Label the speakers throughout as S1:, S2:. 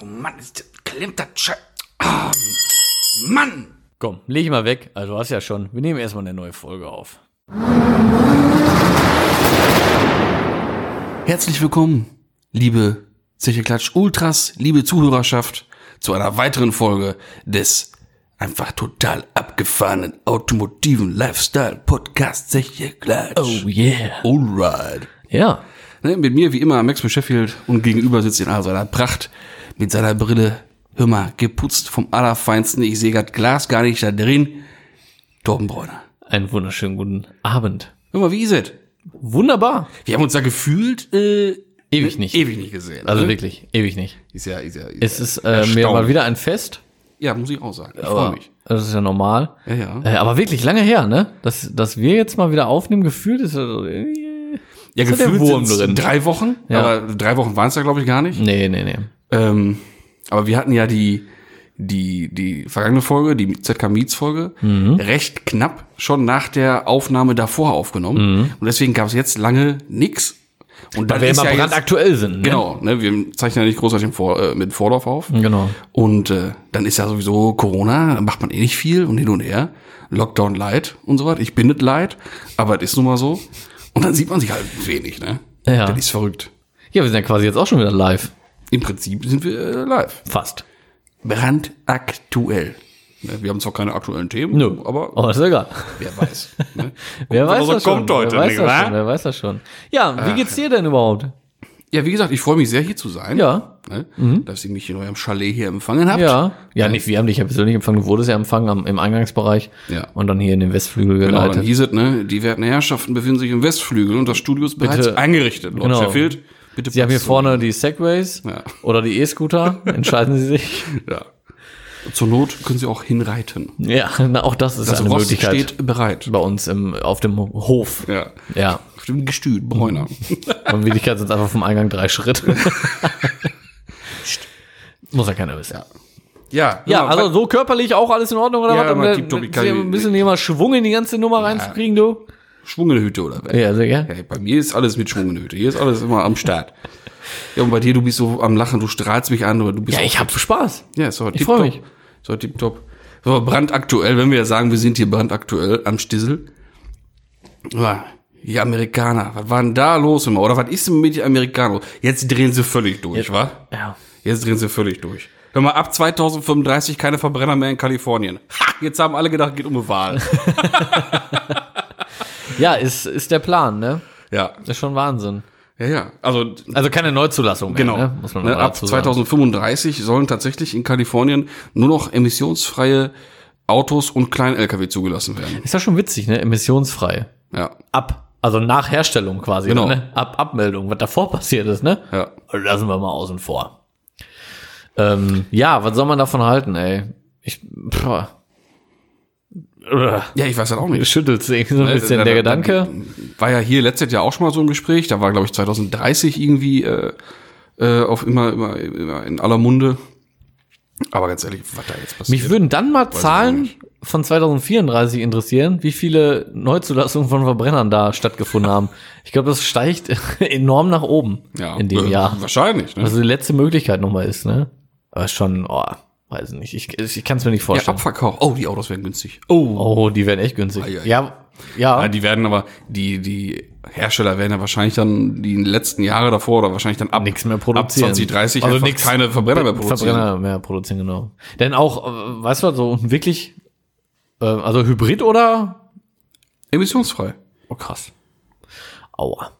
S1: Oh Mann, ist das klemmt das Scheiß. Ah, Mann!
S2: Komm, leg ich mal weg. Also du hast ja schon. Wir nehmen erstmal eine neue Folge auf.
S3: Herzlich willkommen, liebe Zeche-Klatsch Ultras, liebe Zuhörerschaft, zu einer weiteren Folge des einfach total abgefahrenen automotiven Lifestyle Podcast Zeche-Klatsch.
S2: Oh yeah.
S3: Alright.
S2: Ja.
S3: Ne, mit mir wie immer Max Sheffield und gegenüber sitzt in all seiner Pracht mit seiner Brille. Hör mal, geputzt vom Allerfeinsten. Ich sehe grad Glas gar nicht da drin. Torben Bräuner.
S2: Einen wunderschönen guten Abend.
S3: Hör mal, wie ist es?
S2: Wunderbar.
S3: Wir haben uns da gefühlt äh,
S2: Ewig nicht.
S3: ewig nicht gesehen.
S2: Also
S3: ne?
S2: wirklich, ewig nicht.
S3: Ist ja, ist ja, ist
S2: Es
S3: ja
S2: ist äh, mir
S3: erstaunlich.
S2: mal wieder ein Fest.
S3: Ja, muss ich auch sagen. Ich freue
S2: Aber
S3: mich.
S2: das ist ja normal.
S3: Ja, ja.
S2: Äh, aber wirklich lange her, ne? Dass, dass wir jetzt mal wieder aufnehmen, gefühlt ist. Also, äh,
S3: Ja,
S2: ist da der Wurm
S3: sind's
S2: drin.
S3: drei Wochen,
S2: Ja. Mhm.
S3: aber drei Wochen waren es ja, glaube ich, gar nicht.
S2: nee, nee, nee.
S3: Ähm, aber wir hatten ja die, die, die vergangene Folge, die ZK Meets Folge,
S2: Mhm.
S3: recht knapp schon nach der Aufnahme davor aufgenommen. Und deswegen gab es jetzt lange nix. Und dann
S2: Mhm. Weil wir
S3: ist
S2: immer
S3: ja jetzt,
S2: brandaktuell sind. Ne?
S3: Genau, ne, wir zeichnen ja nicht großartig im Vor, äh, mit Vorlauf auf.
S2: Genau.
S3: Und äh, dann ist ja sowieso Corona, macht man eh nicht viel und hin und her. Lockdown light und so was. Ich bin nicht light, aber es ist nun mal so. Und dann sieht man sich halt wenig, ne?
S2: Ja.
S3: Das ist verrückt.
S2: Ja, wir sind ja quasi jetzt auch schon wieder live.
S3: Im Prinzip sind wir äh, live.
S2: Fast.
S3: Brandaktuell. Ne, Wir haben zwar keine aktuellen Themen,
S2: Nö.
S3: aber
S2: Aber oh, ist egal.
S3: wer weiß. Ne?
S2: Wer
S3: was
S2: weiß,
S3: so
S2: das
S3: kommt
S2: schon?
S3: heute,
S2: wer weiß
S3: nicht
S2: das
S3: wahr?
S2: schon? ne? Wer weiß das schon? Ja, wie geht's dir denn überhaupt?
S3: Ja, wie gesagt, ich freue mich sehr, hier zu sein.
S2: Ja. Mhm.
S3: Ne? Dass ihr mich in eurem Chalet hier empfangen habt.
S2: Ja. Ja, nicht, wir haben dich ja persönlich empfangen. Du wurdest ja empfangen am, im Eingangsbereich.
S3: Ja.
S2: Und dann hier in den Westflügel
S3: Genau,
S2: geleitet.
S3: dann hieß es, ne, die werten Herrschaften befinden sich im Westflügel und das Studio ist bereits
S2: Bitte.
S3: eingerichtet. Lord
S2: Genau.
S3: Sheffield, bitte
S2: Sie haben hier
S3: passt
S2: vorne die Segways
S3: Ja.
S2: oder die E-Scooter. Entscheiden Sie sich.
S3: Ja. Zur Not können sie auch hinreiten.
S2: Ja, na, auch das ist
S3: Das
S2: eine
S3: Rost
S2: Möglichkeit
S3: steht bereit.
S2: bei uns im, auf dem Hof.
S3: Ja.
S2: Ja.
S3: Auf dem Gestüt, Bräuner.
S2: Und Wirklichkeit sind einfach vom Eingang drei Schritte. Muss ja keiner wissen. Ja,
S3: ja,
S2: also so körperlich auch alles in Ordnung oder
S3: Genau, Ja,
S2: was? Um
S3: aber
S2: da-
S3: tipptopp, ich
S2: da-
S3: kann-
S2: ein bisschen hier mal Schwung in die ganze Nummer reinzukriegen, du?
S3: Schwungene Hüte oder was?
S2: Ja, sehr gerne.
S3: Hey, bei mir ist alles mit Schwungene Hüte. Hier ist alles immer am Start. Ja, und bei dir, du bist so am Lachen, du strahlst mich an oder du bist.
S2: Ja, ich hab Spaß.
S3: ja so,
S2: ich freu mich.
S3: So, tipptopp. So, brandaktuell, wenn wir ja sagen, wir sind hier brandaktuell am Stissel. Ja, die Amerikaner, was war denn da los immer? Oder was ist denn mit den Amerikanern? Jetzt drehen sie völlig durch, wa?
S2: Ja.
S3: Jetzt drehen sie völlig durch. Hör mal, ab 2035 keine Verbrenner mehr in Kalifornien. Ha, jetzt haben alle gedacht, geht um eine Wahl.
S2: Ja, ist, ist der Plan, ne?
S3: ja.
S2: Das ist schon Wahnsinn.
S3: Ja, ja. Also,
S2: Also keine Neuzulassung mehr,
S3: genau.
S2: ne? Muss man
S3: ne,
S2: mal
S3: ab
S2: dazu sagen.
S3: 2035 sollen tatsächlich in Kalifornien nur noch emissionsfreie Autos und Klein-LKW zugelassen werden.
S2: Ist ja schon witzig, ne? Emissionsfrei.
S3: Ja.
S2: Ab. Also nach Herstellung quasi.
S3: Genau.
S2: Ne? Ab Abmeldung, was davor passiert ist, ne?
S3: Ja.
S2: Lassen wir mal außen vor. Ähm, ja, was soll man davon halten, ey? Ich. Pff, Uah.
S3: Ja, ich weiß das auch nicht.
S2: schüttelt sich so ein bisschen
S3: Da-
S2: der
S3: da- da-
S2: Gedanke.
S3: War ja hier letztes Jahr auch schon mal so ein Gespräch. Da war, glaube ich, 2030 irgendwie äh, äh, auf immer, immer, immer in aller Munde. Aber ganz ehrlich, was da jetzt passiert.
S2: Mich würden dann mal
S3: ich
S2: Zahlen von 2034 interessieren, wie viele Neuzulassungen von Verbrennern da stattgefunden haben. Ich glaube, das steigt enorm nach oben in dem
S3: äh,
S2: Jahr.
S3: Wahrscheinlich. Ne?
S2: Also die letzte Möglichkeit nochmal ist, ne? Aber schon, oh, weiß nicht. Ich, ich kann es mir nicht
S3: Ja,
S2: vorstellen.
S3: Abverkauf. Oh, die Autos werden günstig.
S2: oh, die werden echt günstig.
S3: Ei, ei.
S2: Ja,
S3: Ja,
S2: ja.
S3: die werden aber, die, die Hersteller werden ja wahrscheinlich dann die letzten Jahre davor oder wahrscheinlich dann ab,
S2: Nix mehr
S3: ab
S2: produzieren.
S3: 2030
S2: Also
S3: einfach
S2: nix-
S3: keine Verbrenner mehr produzieren.
S2: Verbrenner mehr produzieren, genau. Denn auch, äh, weißt du, was, so wirklich, äh, also Hybrid oder?
S3: Emissionsfrei.
S2: Oh, krass. Aua.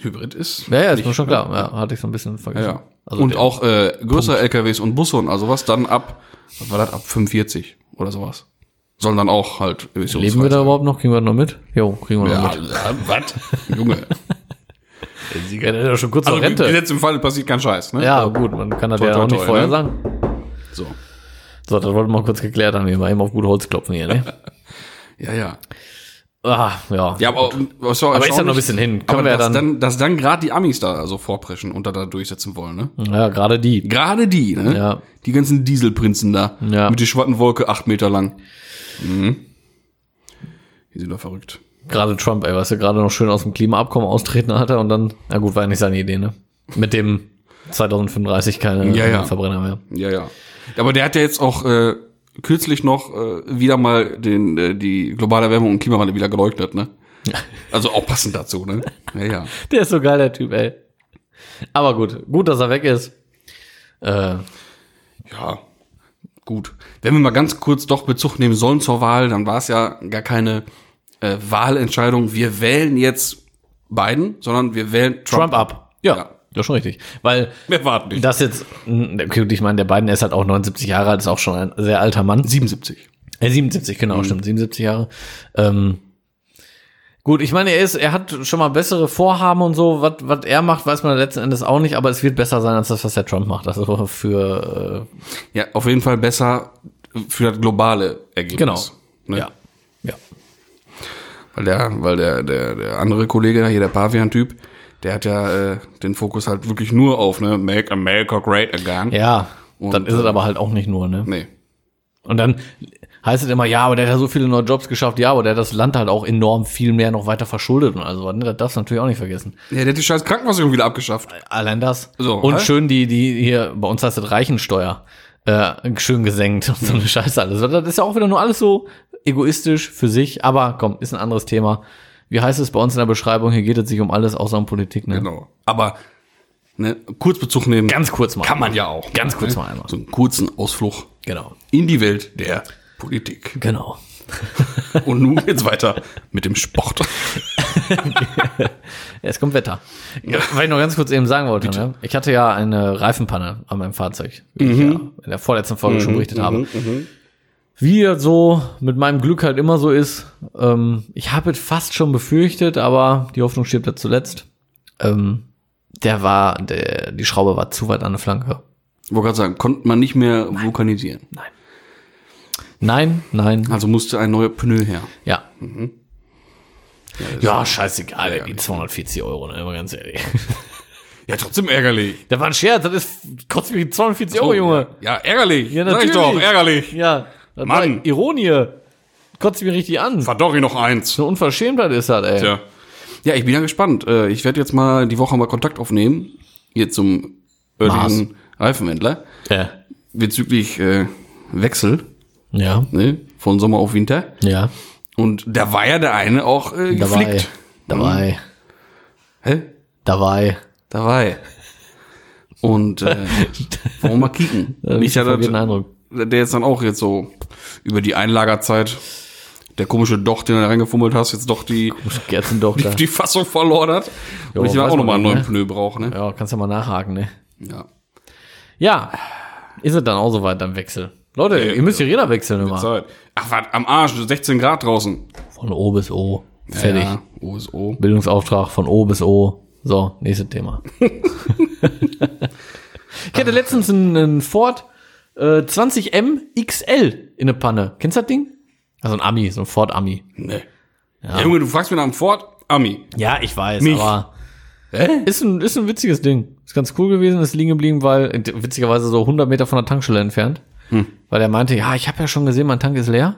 S3: Hybrid ist.
S2: Ja, ja, ist mir schon klar. Ja, hatte ich so ein bisschen
S3: Ja,
S2: vergessen.
S3: ja.
S2: Also
S3: und
S2: der-
S3: auch äh, größere LKWs und Busse und also was dann ab, was war das, ab 45 oder sowas. Sollen dann auch halt emissionsfrei
S2: Leben wir da
S3: sein.
S2: überhaupt noch? Kriegen wir das noch mit? Jo, kriegen wir noch
S3: Ja,
S2: mit.
S3: ja, was? Junge.
S2: Ja, der ist ja schon kurz
S3: Also
S2: vor Rente.
S3: jetzt im Fall passiert kein Scheiß, ne?
S2: Ja, gut, man kann das
S3: Toi,
S2: ja
S3: toi,
S2: auch nicht
S3: toi,
S2: vorher
S3: ne?
S2: sagen.
S3: So.
S2: So, das wollten wir mal kurz geklärt haben. Wir mal eben auf gut Holz klopfen hier, ne?
S3: Ja, ja.
S2: Ah, ja.
S3: Ja, aber, was war
S2: Aber ist ja noch
S3: erstaunlich,
S2: ein bisschen hin. Können
S3: Aber
S2: wir ja
S3: dass,
S2: dann-
S3: dann, dass dann gerade die Amis da so vorpreschen und da, da durchsetzen wollen, ne?
S2: ja, gerade die.
S3: Gerade die, ne?
S2: Ja.
S3: Die ganzen Dieselprinzen da.
S2: Ja.
S3: Mit der Schwattenwolke acht Meter lang. Mhm. Die sind doch verrückt.
S2: Gerade Trump, ey, weißt du, gerade noch schön aus dem Klimaabkommen austreten hatte und dann, na gut, war ja nicht seine Idee, ne? Mit dem 2035 keine
S3: Ja, ja.
S2: äh, Verbrenner mehr.
S3: Ja, ja. Aber der hat ja jetzt auch äh, kürzlich noch äh, wieder mal den, äh, die globale Erwärmung und Klimawandel wieder geleugnet, ne? Also auch passend dazu, ne? Ja, ja.
S2: Der ist so geil, der Typ, ey. Aber gut, gut, dass er weg ist. Äh,
S3: Ja, gut. Wenn wir mal ganz kurz doch Bezug nehmen sollen zur Wahl, dann war es ja gar keine äh, Wahlentscheidung. Wir wählen jetzt Biden, sondern wir wählen Trump,
S2: Trump ab. Ja, das ist schon richtig. Weil
S3: Wir warten nicht.
S2: das jetzt, mh, okay, gut, ich meine, der Biden ist halt auch 79 Jahre alt, ist auch schon ein sehr alter Mann.
S3: 77.
S2: Äh, 77, genau, stimmt, 77 Jahre. Ähm, gut, ich meine, er ist, er hat schon mal bessere Vorhaben und so. Was, was er macht, weiß man letzten Endes auch nicht, aber es wird besser sein als das, was der Trump macht. Also für äh,
S3: Ja, auf jeden Fall besser für das globale Ergebnis.
S2: genau.
S3: Ne?
S2: Ja, ja.
S3: Weil der, weil der, der, der andere Kollege da, hier der Pavian-Typ, der hat ja äh, den Fokus halt wirklich nur auf, ne, Make America Great Again.
S2: Ja,
S3: Und,
S2: dann ist es aber halt auch nicht nur, ne?
S3: Nee.
S2: Und dann heißt es immer, ja, aber der hat ja so viele neue Jobs geschafft, ja, aber der hat das Land halt auch enorm viel mehr noch weiter verschuldet und also, ne? Das darfst du natürlich auch nicht vergessen.
S3: Ja, der hat die scheiß Krankenversicherung wieder abgeschafft.
S2: Allein das.
S3: So,
S2: und
S3: hä?
S2: schön die, die hier, bei uns heißt das Reichensteuer, äh, schön gesenkt und so
S3: Mhm.
S2: eine Scheiße alles. Das ist ja auch wieder nur alles so egoistisch für sich, aber komm, ist ein anderes Thema. Wie heißt es bei uns in der Beschreibung? Hier geht es sich um alles außer um Politik, ne?
S3: Genau. Aber, ne, kurz Bezug nehmen.
S2: Ganz kurz mal.
S3: Kann man ja auch.
S2: Ganz kurz
S3: Ne?
S2: mal einmal.
S3: So einen kurzen Ausflug
S2: Genau.
S3: in die Welt der Politik.
S2: Genau.
S3: Und nun geht's weiter mit dem Sport.
S2: Es kommt Wetter. Weil ich noch ganz kurz eben sagen wollte, ne? ich hatte ja eine Reifenpanne an meinem Fahrzeug, wie ich ja in der vorletzten Folge schon berichtet habe. Wie das so mit meinem Glück halt immer so ist, ähm, ich habe es fast schon befürchtet, aber die Hoffnung stirbt ja zuletzt. Ähm, der war, der, die Schraube war zu weit an der Flanke.
S3: Ich wollte gerade sagen, konnte man nicht mehr vulkanisieren.
S2: Nein, nein,
S3: Also musste ein neuer Pneu her.
S2: ja. Mhm. Ja, scheißegal, ey, die 240 Euro, ne, immer ganz ehrlich.
S3: Ja, trotzdem ärgerlich.
S2: Da war ein Scherz, das ist, kostet mich 240 Euro, Oh, Junge.
S3: Oh, Ja, ärgerlich.
S2: Ja,
S3: Sag ich
S2: natürlich.
S3: doch, ärgerlich.
S2: Ja, das
S3: Mann.
S2: war Ironie. Kotzt mich richtig an. So
S3: Verdorri noch eins.
S2: eine Unverschämtheit ist das, ey.
S3: Tja. Ja, ich bin ja gespannt. Äh, Ich werde jetzt mal die Woche mal Kontakt aufnehmen, hier zum örtlichen Reifenwendler,
S2: Ja.
S3: bezüglich äh, Wechsel
S2: Ja.
S3: ne, von Sommer auf Winter.
S2: ja.
S3: Und da war ja der eine auch äh,
S2: Dabei.
S3: geflickt.
S2: Dabei.
S3: Hä?
S2: Dabei.
S3: Dabei. Und äh, wollen wir mal kicken. Nicht,
S2: ich
S3: ja,
S2: habe den
S3: dass-
S2: Eindruck.
S3: der jetzt dann auch jetzt so über die Einlagerzeit, der komische Doch, den du da reingefummelt hast, jetzt doch die,
S2: Gerzen doch da.
S3: die Fassung verloren hat.
S2: Jo,
S3: Und ich dann
S2: weiß
S3: auch
S2: man
S3: nochmal einen
S2: nicht,
S3: neuen Pneu
S2: ne?
S3: brauche. Ne?
S2: Ja, kannst ja mal nachhaken, ne?
S3: Ja.
S2: Ja. Ist es dann auch soweit dein Wechsel? Leute,
S3: Ja,
S2: ihr müsst die Räder wechseln immer.
S3: Zeit. Ach, was, am Arsch, 16 Grad draußen.
S2: Von O bis O. Fertig.
S3: Ja, OSO.
S2: Bildungsauftrag von O bis O. So, nächstes Thema. ich hatte letztens einen, einen Ford äh, 20M XL in der Panne. Kennst du das Ding? Also ein Ami, so ein Ford Ami.
S3: Nee. Ja. Junge, du fragst mir nach dem Ford, Ami.
S2: Ja, ich weiß,
S3: Mich.
S2: aber
S3: Hä?
S2: ist ein, ist ein witziges Ding. Ist ganz cool gewesen, ist liegen geblieben, weil äh, witzigerweise so 100 Meter von der Tankstelle entfernt.
S3: Hm.
S2: Weil er meinte, ja, ich habe ja schon gesehen, mein Tank ist leer.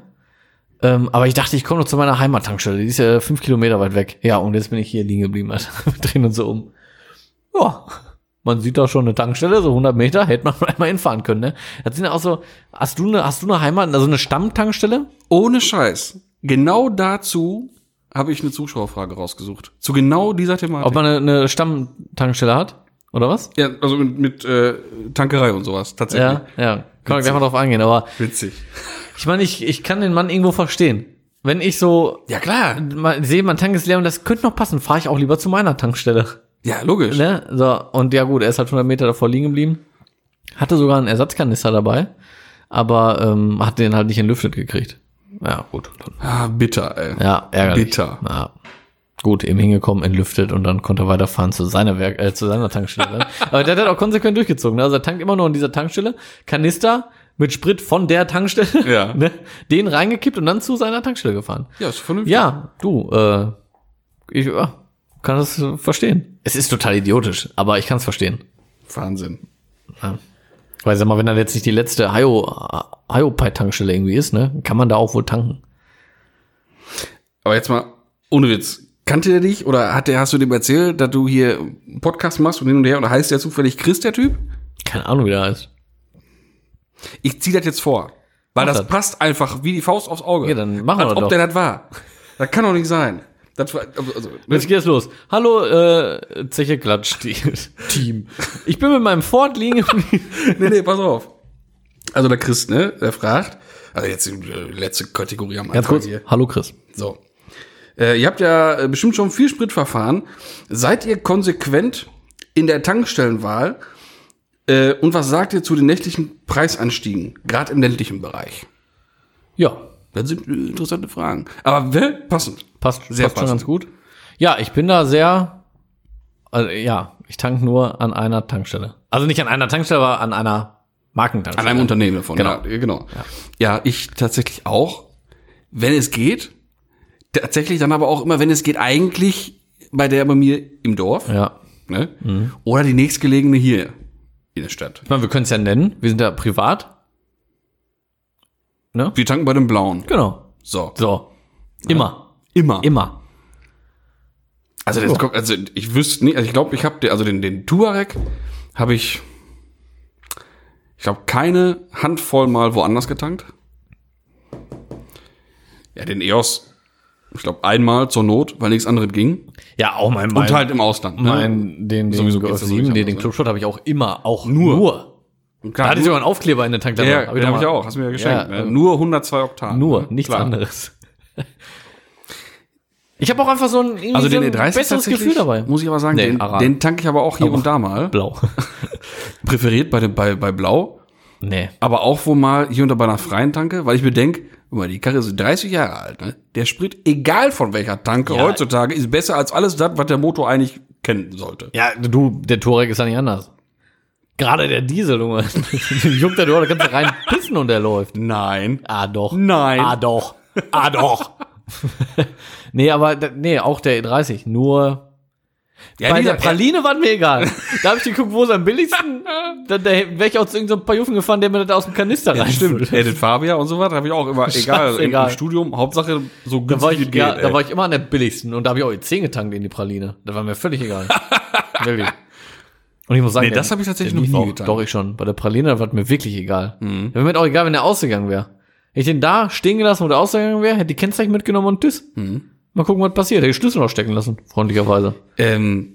S2: Ähm, aber ich dachte, ich komme noch zu meiner Heimattankstelle. Die ist ja fünf Kilometer weit weg. Ja, und jetzt bin ich hier liegen geblieben. Alter. Wir drehen uns so um. Ja, man sieht da schon eine Tankstelle, so 100 Meter, hätte man einmal hinfahren können. Ne? Das sind ja auch so, hast du eine, hast du eine Heimat, also eine Stammtankstelle?
S3: Ohne Scheiß. Genau dazu habe ich eine Zuschauerfrage rausgesucht. Zu genau dieser Thematik.
S2: Ob man eine, eine Stammtankstelle hat? Oder was?
S3: ja, also mit, mit äh, Tankerei und sowas, tatsächlich.
S2: Ja, ja. Kann man gleich mal drauf eingehen, aber
S3: Witzig.
S2: Ich meine, ich, ich kann den Mann irgendwo verstehen. Wenn ich so
S3: Ja, klar.
S2: mal sehe, mein Tank ist leer und das könnte noch passen, fahre ich auch lieber zu meiner Tankstelle.
S3: Ja, logisch.
S2: Ne? So, und ja gut, er ist halt 100 Meter davor liegen geblieben. Hatte sogar einen Ersatzkanister dabei, aber ähm, hat den halt nicht entlüftet gekriegt. Ja, gut.
S3: Ah, bitter, ey.
S2: Ja, ärgerlich.
S3: Bitter.
S2: Ja. Gut, eben hingekommen, entlüftet und dann konnte er weiterfahren zu seiner Werk äh, zu seiner Tankstelle. Aber der hat auch konsequent durchgezogen. ne? Also er tankt immer nur an dieser Tankstelle, Kanister mit Sprit von der Tankstelle,
S3: Ja.
S2: ne? den reingekippt und dann zu seiner Tankstelle gefahren.
S3: Ja, ist vernünftig.
S2: Ja, du, äh, ich ja, kann das äh, verstehen. Es ist total idiotisch, aber ich kann es verstehen.
S3: Wahnsinn.
S2: Weil sag mal, wenn da jetzt nicht die letzte Hiopai-Tankstelle irgendwie ist, ne, kann man da auch wohl tanken.
S3: Aber jetzt mal, ohne Witz. Kannte der dich oder hat der, hast du dem erzählt, dass du hier einen Podcast machst und hin und her, oder heißt der zufällig Chris, der Typ?
S2: Keine Ahnung, wie der heißt.
S3: Ich ziehe das jetzt vor. Weil
S2: Mach
S3: das,
S2: das.
S3: passt einfach wie die Faust aufs Auge.
S2: Ja, dann machen wir
S3: Als
S2: das
S3: ob
S2: doch.
S3: der das war. Das kann doch nicht sein. Das war, also,
S2: Jetzt geht's los. Hallo, äh, Zeche Klatsch Team. Ich bin mit meinem Ford liegen.
S3: nee, nee, pass auf. Also der Chris, ne, der fragt, also jetzt die äh, letzte Kategorie am Anfang
S2: Ganz kurz.
S3: hier.
S2: Hallo, Chris.
S3: So. Äh, ihr habt ja äh, bestimmt schon viel Spritverfahren. Seid ihr konsequent in der Tankstellenwahl? Äh, und was sagt ihr zu den nächtlichen Preisanstiegen, gerade im ländlichen Bereich?
S2: Ja,
S3: Das sind äh, interessante Fragen. Aber wer? Passend.
S2: passt,
S3: Sehr
S2: passt schon
S3: passend.
S2: ganz gut. Ja, ich bin da sehr, also, ja, ich tank nur an einer Tankstelle. Also nicht an einer Tankstelle, aber an einer Markentankstelle.
S3: An einem Unternehmen davon.
S2: Genau.
S3: Ja, Äh, genau. Ja. ich tatsächlich auch, wenn es geht. Tatsächlich dann aber auch immer, wenn es geht, eigentlich bei der bei mir im Dorf.
S2: Ja.
S3: Ne? Oder die nächstgelegene hier in der Stadt.
S2: Ich meine, wir können es ja nennen. Wir sind ja privat. Ne?
S3: Wir tanken bei dem Blauen.
S2: Genau.
S3: So.
S2: So. Immer.
S3: Immer.
S2: Immer.
S3: Also, das kommt, also ich wüsste nicht, also ich glaube, ich habe den, also den, den Tuareg habe ich, ich glaube, keine Handvoll mal woanders getankt. Ja, den EOS, ich glaube, einmal zur Not, weil nichts anderes ging.
S2: Ja, auch mein,
S3: Und halt im Ausland. Ne?
S2: mein, den, den,
S3: Sowieso
S2: sowieso
S3: geht's ja so
S2: den,
S3: nicht
S2: den, den
S3: anders, ne?
S2: Clubshot habe ich auch immer, auch nur.
S3: Und
S2: Da
S3: klar,
S2: hatte ich sogar einen Aufkleber in der Tank.
S3: ja, den habe ich auch, hast du mir ja geschenkt. ne? Nur 102 Oktan.
S2: Nur,
S3: ne?
S2: nichts
S3: Klar.
S2: anderes. Ich habe auch einfach so ein, irgendwie
S3: Also
S2: so
S3: den
S2: ein
S3: E30
S2: besseres
S3: tatsächlich,
S2: Gefühl dabei.
S3: Muss ich aber sagen,
S2: Nee,
S3: den,
S2: Aral.
S3: den tanke ich aber auch hier und da mal.
S2: Blau.
S3: Präferiert bei, dem- bei, bei Blau.
S2: nee.
S3: Aber auch wo mal hier und da bei einer freien Tanke, weil ich mir denke, guck mal, die Karre ist 30 Jahre alt, ne? Der Sprit, egal von welcher Tanke
S2: Ja.
S3: heutzutage, ist besser als alles das, was der Motor eigentlich kennen sollte.
S2: Ja, du, der Touareg ist ja nicht anders. Gerade der Diesel, Junge. Juckt der Touareg, da kannst du rein pissen und der läuft.
S3: Nein.
S2: Ah, doch.
S3: Nein.
S2: Ah, doch. Ah, doch. nee, aber, da- nee, auch der E30. Nur,
S3: Ja,
S2: bei
S3: dieser-
S2: der Praline war mir egal. Da habe ich geguckt, wo ist am billigsten. Da, da wäre ich auch zu irgendeinem paar Juffen gefahren, der mir das aus dem Kanister
S3: Ja,
S2: rein
S3: stimmt. Edith Fabia und so was, habe ich auch immer, egal, im, im
S2: Scheißegal.
S3: Studium, Hauptsache so
S2: Da war, ich,
S3: günstig wie
S2: ja,
S3: geht,
S2: da
S3: ey.
S2: war ich immer an der billigsten und da habe ich auch die 10 getankt in die Praline. Da war mir völlig egal. Wirklich. Und ich muss sagen,
S3: Nee, das habe ich tatsächlich
S2: der
S3: noch
S2: lief
S3: nie
S2: auch,
S3: getankt. Mhm.
S2: Doch, ich schon. Bei der Praline war es mir wirklich egal. Wäre mir auch egal, wenn der ausgegangen wäre. Hätte ich den da stehen gelassen, wo der ausgegangen wäre, hätte die Kennzeichen mitgenommen und tschüss.
S3: Mhm.
S2: Mal gucken, was passiert. Hätte ich Schlüssel noch stecken lassen, freundlicherweise.
S3: Ähm,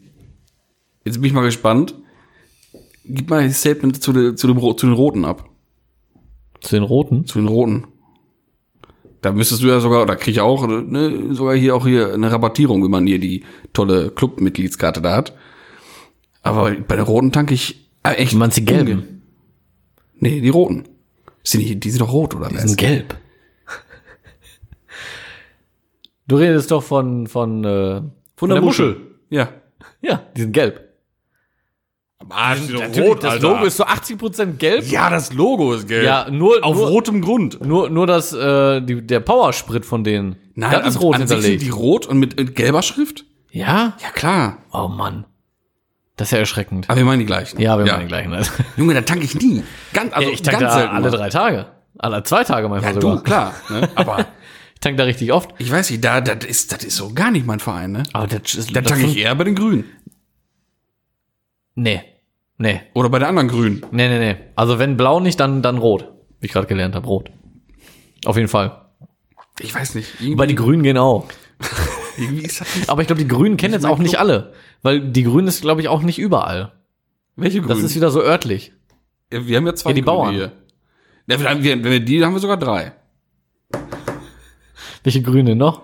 S3: jetzt bin ich mal gespannt. Gib mal das Statement zu, de, zu, dem, Ro- zu den Roten ab.
S2: Zu den Roten.
S3: Zu den Roten. Da müsstest du ja sogar, oder krieg ich auch, ne, sogar hier auch hier eine Rabattierung, wenn man hier die tolle Clubmitgliedskarte da hat. Aber bei den Roten tanke ich äh, echt.
S2: Du meinst die Gelben?
S3: unge- Nee, die Roten. Sind die, die sind doch rot, oder?
S2: Die sind gelb. Du redest doch von, von, äh, von,
S3: der Muschel. Ja.
S2: Ja, die sind gelb.
S3: Ah,
S2: Natürlich, das Logo ist so 80% gelb.
S3: ja, das Logo ist gelb.
S2: Ja, nur,
S3: Auf
S2: nur,
S3: rotem Grund.
S2: nur, nur das, äh, die, der Powersprit von denen. das ist
S3: an-
S2: rot
S3: an sich sind
S2: hinterlegt.
S3: die rot und mit, mit gelber Schrift?
S2: ja?
S3: Ja, klar.
S2: Oh Mann. Das ist ja erschreckend.
S3: Aber wir meinen die gleichen.
S2: Ja, wir machen den gleichen. Also,
S3: Junge, da tanke ich nie. Ganz, also
S2: ich tank
S3: ganz
S2: da
S3: selten
S2: alle
S3: mal.
S2: drei Tage. Alle zwei Tage manchmal
S3: Ja, du,
S2: sogar.
S3: klar. Ne? Aber
S2: Ich tank da richtig oft.
S3: ich weiß nicht, da, das ist, das ist so gar nicht mein Verein, ne?
S2: Aber das ist,
S3: Da
S2: das
S3: tanke ich eher bei den Grünen.
S2: Nee. Nee.
S3: Oder bei den anderen Grünen.
S2: Nee, nee, nee. Also wenn blau nicht, dann, dann rot. Wie ich gerade gelernt habe, rot. Auf jeden Fall.
S3: Ich weiß nicht.
S2: Aber
S3: Irgendwie,
S2: die Grünen gehen auch.
S3: irgendwie ist das nicht.
S2: Aber ich glaube, die Grünen kennen jetzt auch nicht alle. Weil die Grünen ist, glaube ich, auch nicht überall.
S3: Welche Grünen?
S2: Das ist wieder so örtlich.
S3: ja, wir haben ja zwei
S2: Ja, die Bauern.
S3: hier. Ja, wir haben, wir, wenn wir die haben wir sogar drei.
S2: Welche Grüne noch?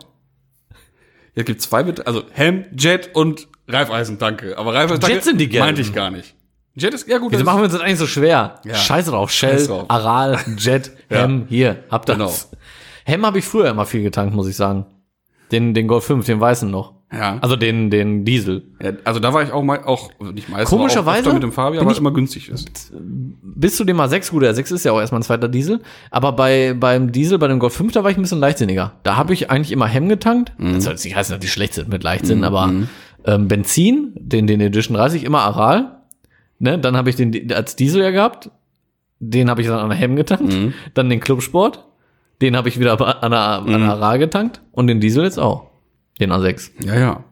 S3: Jetzt gibt zwei mit, also Ham, Jet und Reifeisen, danke. Aber Reifeisen, danke,
S2: Jet sind die Gelben.
S3: Meinte ich gar nicht. Jet ist, ja gut.
S2: Wieso
S3: das
S2: machen wir uns das eigentlich so schwer? Scheiße drauf. Shell,
S3: Scheiß drauf.
S2: Aral, Jet,
S3: Ja.
S2: Hem, hier, habt ihr
S3: Genau.
S2: das. Hem habe ich früher immer viel getankt, muss ich sagen. Den, den Golf 5, den weißen noch.
S3: Ja.
S2: Also den, den Diesel.
S3: ist, ja, also da war ich auch mal, auch, nicht meistens, aber auch
S2: Komischerweise
S3: öfter mit dem Fabian,
S2: bin
S3: weil
S2: ich-
S3: immer günstig ist.
S2: Bis zu dem A6, gut, der A6 ist ja auch erstmal ein zweiter Diesel. Aber bei, beim Diesel, bei dem Golf 5, da war ich ein bisschen leichtsinniger. Da habe ich eigentlich immer Hem getankt. Das soll jetzt nicht heißen, dass die schlecht sind mit Leichtsinn, aber ähm, Benzin, den, den Edition 30, immer Aral. Ne, dann habe ich den als Diesel ja gehabt. Den habe ich dann an Hem getankt. Dann den Clubsport. Den habe ich wieder bei- an der, an der Aral getankt. Und den Diesel jetzt auch. Den A6.
S3: Ja, ja.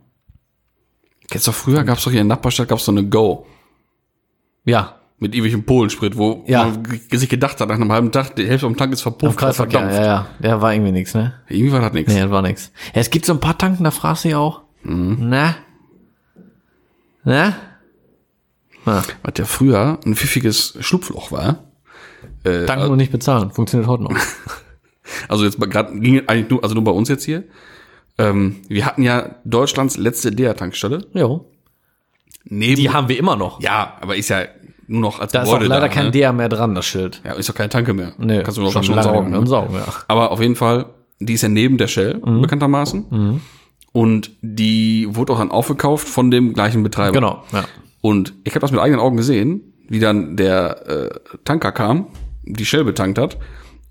S3: Kennst du doch früher, gab es doch hier in der Nachbarstadt, gab es so eine Go
S2: Ja,
S3: mit ewigem Polensprit, wo
S2: Ja.
S3: man g- sich gedacht hat, nach einem halben Tag, die Hälfte vom Tank ist
S2: im
S3: verpufft,
S2: Kreisverkehr. Ja, ja, ja, war irgendwie nichts, ne?
S3: Irgendwie war das nichts.
S2: Nee, das war nix. Ja, es gibt so ein paar Tanken, da fragst du dich auch. Ne? Na? Na? Na,
S3: Was ja früher ein pfiffiges Schlupfloch war.
S2: tanken und nicht bezahlen. Funktioniert heute noch.
S3: Also jetzt gerade ging es eigentlich nur, also nur bei uns jetzt hier. Ähm, wir hatten ja Deutschlands letzte DEA-Tankstelle.
S2: jo.
S3: Neben
S2: Die haben wir immer noch.
S3: ja, aber ist ja nur noch als
S2: Da ist auch leider kein
S3: ne?
S2: DEA mehr dran, das Schild.
S3: Ja, ist doch keine Tanke mehr.
S2: Nee,
S3: Kannst du nur
S2: schon
S3: noch schon
S2: lange
S3: saugen.
S2: nicht mehr Mhm.
S3: Ne?
S2: am Saugen, ja.
S3: Aber auf jeden Fall, die ist ja neben der Shell, bekanntermaßen. Und die wurde auch dann aufgekauft von dem gleichen Betreiber.
S2: Genau, ja.
S3: Und ich habe das mit eigenen Augen gesehen, wie dann der äh, Tanker kam, die Shell betankt hat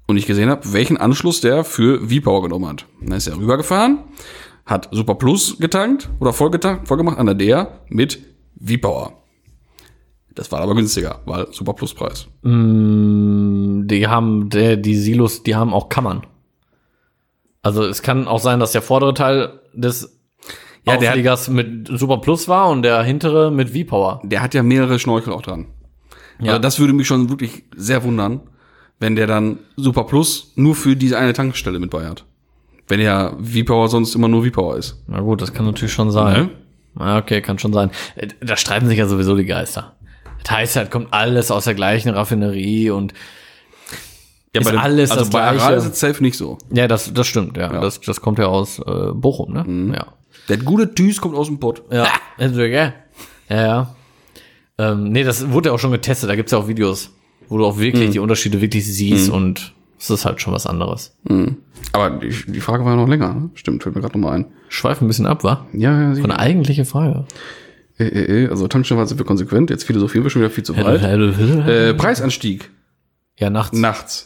S3: und ich gesehen habe, welchen Anschluss der für V-Power genommen hat. Dann ist er rübergefahren, hat Super Plus getankt oder vollgetankt, vollgemacht an der DR mit V-Power. Das war aber günstiger, weil Super Plus Preis.
S2: Die haben, der, die Silos, die haben auch Kammern. Also es kann auch sein, dass der vordere Teil des ja,
S3: der hat-
S2: Aufliegers mit Super Plus war und der hintere mit V-Power.
S3: Der hat ja mehrere Schnorchel auch dran.
S2: Ja.
S3: Also das würde mich schon wirklich sehr wundern, wenn der dann Super Plus nur für diese eine Tankstelle mit bei hat. Wenn ja V-Power sonst immer nur V-Power ist.
S2: Na gut, das kann natürlich schon
S3: Ne?
S2: sein. Ja, okay, kann schon sein. Äh, Da streiten sich ja sowieso die Geister. Das heißt halt, kommt alles aus der gleichen Raffinerie und
S3: Ja,
S2: Ist
S3: bei dem,
S2: alles
S3: also
S2: das
S3: bei
S2: Gleiche.
S3: Aral ist es safe nicht so.
S2: ja, das, das stimmt, ja. Das, das kommt ja aus äh, Bochum, ne?
S3: Mhm.
S2: Ja.
S3: Der gute Tüs kommt aus dem Pott.
S2: Ja. Also, ja. ja, ja. Ähm, nee, das wurde ja auch schon getestet. Da gibt's ja auch Videos, wo du auch
S3: Mhm.
S2: wirklich die Unterschiede wirklich siehst und es ist halt schon was anderes.
S3: Aber die, die Frage war ja noch länger. ne? Stimmt, fällt mir gerade nochmal ein.
S2: Schweif ein bisschen ab, wa?
S3: Ja, ja,
S2: Von der
S3: sicher.
S2: eigentlichen Frage.
S3: Äh, äh, äh, also Tankstelle sind wir konsequent. Jetzt philosophieren wir schon wieder viel zu weit. Äh, Preisanstieg
S2: Ja, nachts.
S3: nachts.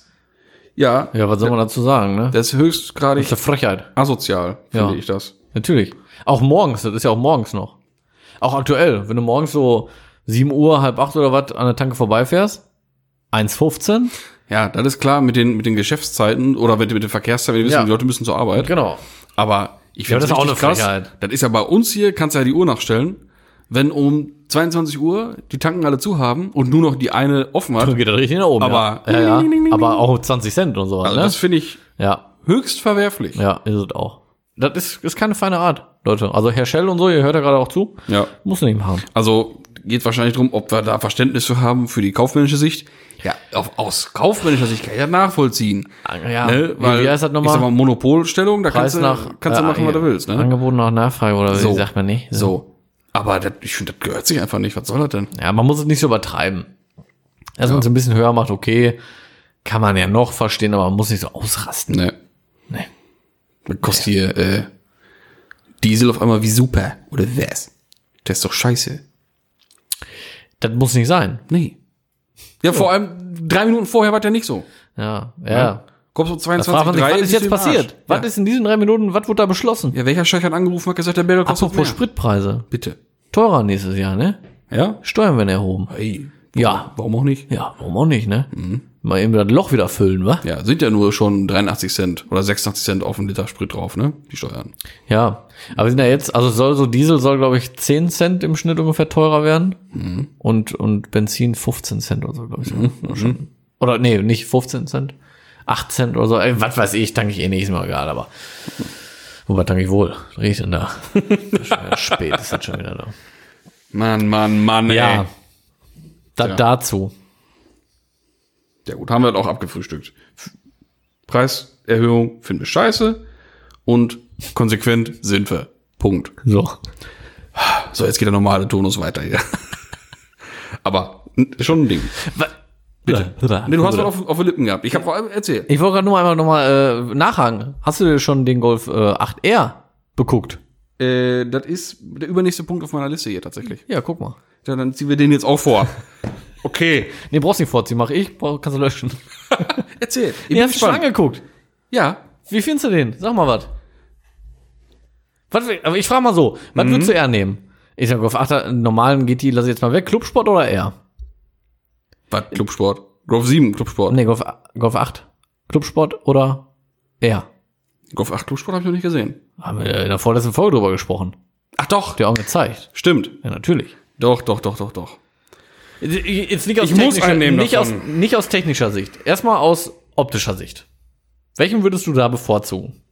S3: Ja,
S2: Ja, was soll man dazu sagen, ne?
S3: das ist
S2: Das ist
S3: höchstgradig
S2: eine Frechheit.
S3: asozial, finde
S2: Ja.
S3: ich das.
S2: Natürlich. Auch morgens, das ist ja auch morgens noch. Auch aktuell, wenn du morgens so 7 Uhr, halb 8 oder was an der Tanke vorbeifährst, 1,15.
S3: Ja, das ist klar mit den, mit den Geschäftszeiten oder mit, mit den Verkehrszeiten. Wir wissen,
S2: Ja.
S3: die Leute müssen zur Arbeit.
S2: Genau.
S3: Aber ich
S2: Ja,
S3: finde
S2: das ist auch eine Frechheit.
S3: Das ist ja bei uns hier, kannst du ja die Uhr nachstellen. Wenn um 22 Uhr die Tanken alle zu haben und nur noch die eine offen hat,
S2: Dann geht das richtig nach oben.
S3: Aber-
S2: ja. Ja, ja. aber auch 20 Cent und sowas,
S3: also das
S2: ne?
S3: finde ich
S2: Ja,
S3: höchst verwerflich.
S2: ja, ist es auch. Das ist, ist keine feine Art, Leute. Also Herr Schell und so, ihr hört ja gerade auch zu.
S3: Ja.
S2: Muss nicht machen.
S3: Also geht wahrscheinlich darum, ob wir da Verständnis für haben für die kaufmännische Sicht. Ja, auf, aus kaufmännischer Sicht kann ich das nachvollziehen.
S2: Ja,
S3: ne?
S2: wie-
S3: Weil,
S2: wie heißt das
S3: Ich
S2: nochmal?
S3: sag mal, Monopolstellung, da
S2: Preis
S3: kannst du,
S2: nach,
S3: kannst du
S2: äh,
S3: machen, was du
S2: hier.
S3: willst. Ne?
S2: Angebot nach Nachfrage oder so. wie sagt man nicht.
S3: So. Aber das, ich finde, das gehört sich einfach nicht. Was soll das denn?
S2: Ja, man muss es nicht so übertreiben. Dass man es ein bisschen höher macht, okay, kann man ja noch verstehen, aber man muss nicht so ausrasten.
S3: Ne.
S2: Nee.
S3: Dann kostet hier äh, Diesel auf einmal wie super. Oder was? Der ist doch scheiße.
S2: Das muss nicht sein.
S3: Nee. Ja, vor allem drei Minuten vorher war der nicht so.
S2: Ja, ja.
S3: Kommst um
S2: Da fragt
S3: 22,
S2: man sich, was
S3: 3
S2: ist jetzt passiert? Was ist in diesen drei Minuten, was wurde da beschlossen?
S3: Ja, welcher Scheich hat angerufen, hat gesagt, der Berger kostet mehr.
S2: Apropos Spritpreise.
S3: Bitte.
S2: Teurer nächstes Jahr, ne?
S3: Ja?
S2: Steuern werden erhoben.
S3: Hey.
S2: Ja.
S3: Warum auch nicht?
S2: Ja, warum auch nicht, ne? Mal eben das Loch wieder füllen, wa?
S3: Ja, sind ja nur schon 83 Cent oder 86 Cent auf einen Liter Sprit drauf, ne? Die Steuern.
S2: Ja. Aber wir sind ja jetzt, also soll so Diesel soll, glaube ich, 10 Cent im Schnitt ungefähr teurer werden. Und, und Benzin 15 Cent oder so, glaube ich. Oder schon. Oder nee, nicht 15 Cent. 8 Cent oder so. Ey, was weiß ich, tanke ich eh nächstes Mal gerade, aber. Wobei tanke ich wohl? Riecht denn da? Ist schon wieder Spät ist das schon wieder da.
S3: Mann, Mann, Mann,
S2: Ja.
S3: ey.
S2: Da,
S3: Tja.
S2: Dazu.
S3: Ja gut, haben wir das auch abgefrühstückt. F- Preiserhöhung finden wir scheiße und konsequent sind wir. Punkt.
S2: So.
S3: So, jetzt geht der normale Tonus weiter hier. Aber n- schon ein Ding.
S2: Bitte.
S3: Nee, du hast was auf, auf den Lippen gehabt. Ich habe vor allem erzählt.
S2: Ich wollte gerade nur einmal nochmal äh, nachhaken. Hast du dir schon den Golf äh, 8R beguckt?
S3: Äh, das ist der übernächste Punkt auf meiner Liste hier tatsächlich.
S2: Ja, guck mal.
S3: Ja, dann ziehen wir den jetzt auch vor. Okay.
S2: Nee, brauchst nicht vorziehen, mach ich, brauch, kannst du löschen.
S3: Erzähl. Ich
S2: Nee, hast du schon angeguckt.
S3: Ja.
S2: Wie findest du den? Sag mal was. Was will- Aber ich frage mal so, was
S3: Mhm.
S2: würdest du eher nehmen? Ich sag Golf 8, einen normalen GT lass ich jetzt mal weg. Clubsport oder R?
S3: Was? Clubsport. Golf 7, Clubsport.
S2: Oh, Nee, Golf, Golf 8. Clubsport oder R?
S3: Golf 8 Clubsport habe ich noch nicht gesehen.
S2: Haben wir in der vorletzten Folge drüber gesprochen.
S3: Ach doch,
S2: Dir auch gezeigt.
S3: stimmt.
S2: Ja, natürlich.
S3: Doch, doch, doch, doch, doch.
S2: Jetzt nicht aus,
S3: Ich muss
S2: technischer-
S3: einen nehmen
S2: nicht, aus,
S3: davon.
S2: nicht aus technischer Sicht. Erstmal aus optischer Sicht. Welchen würdest du da bevorzugen?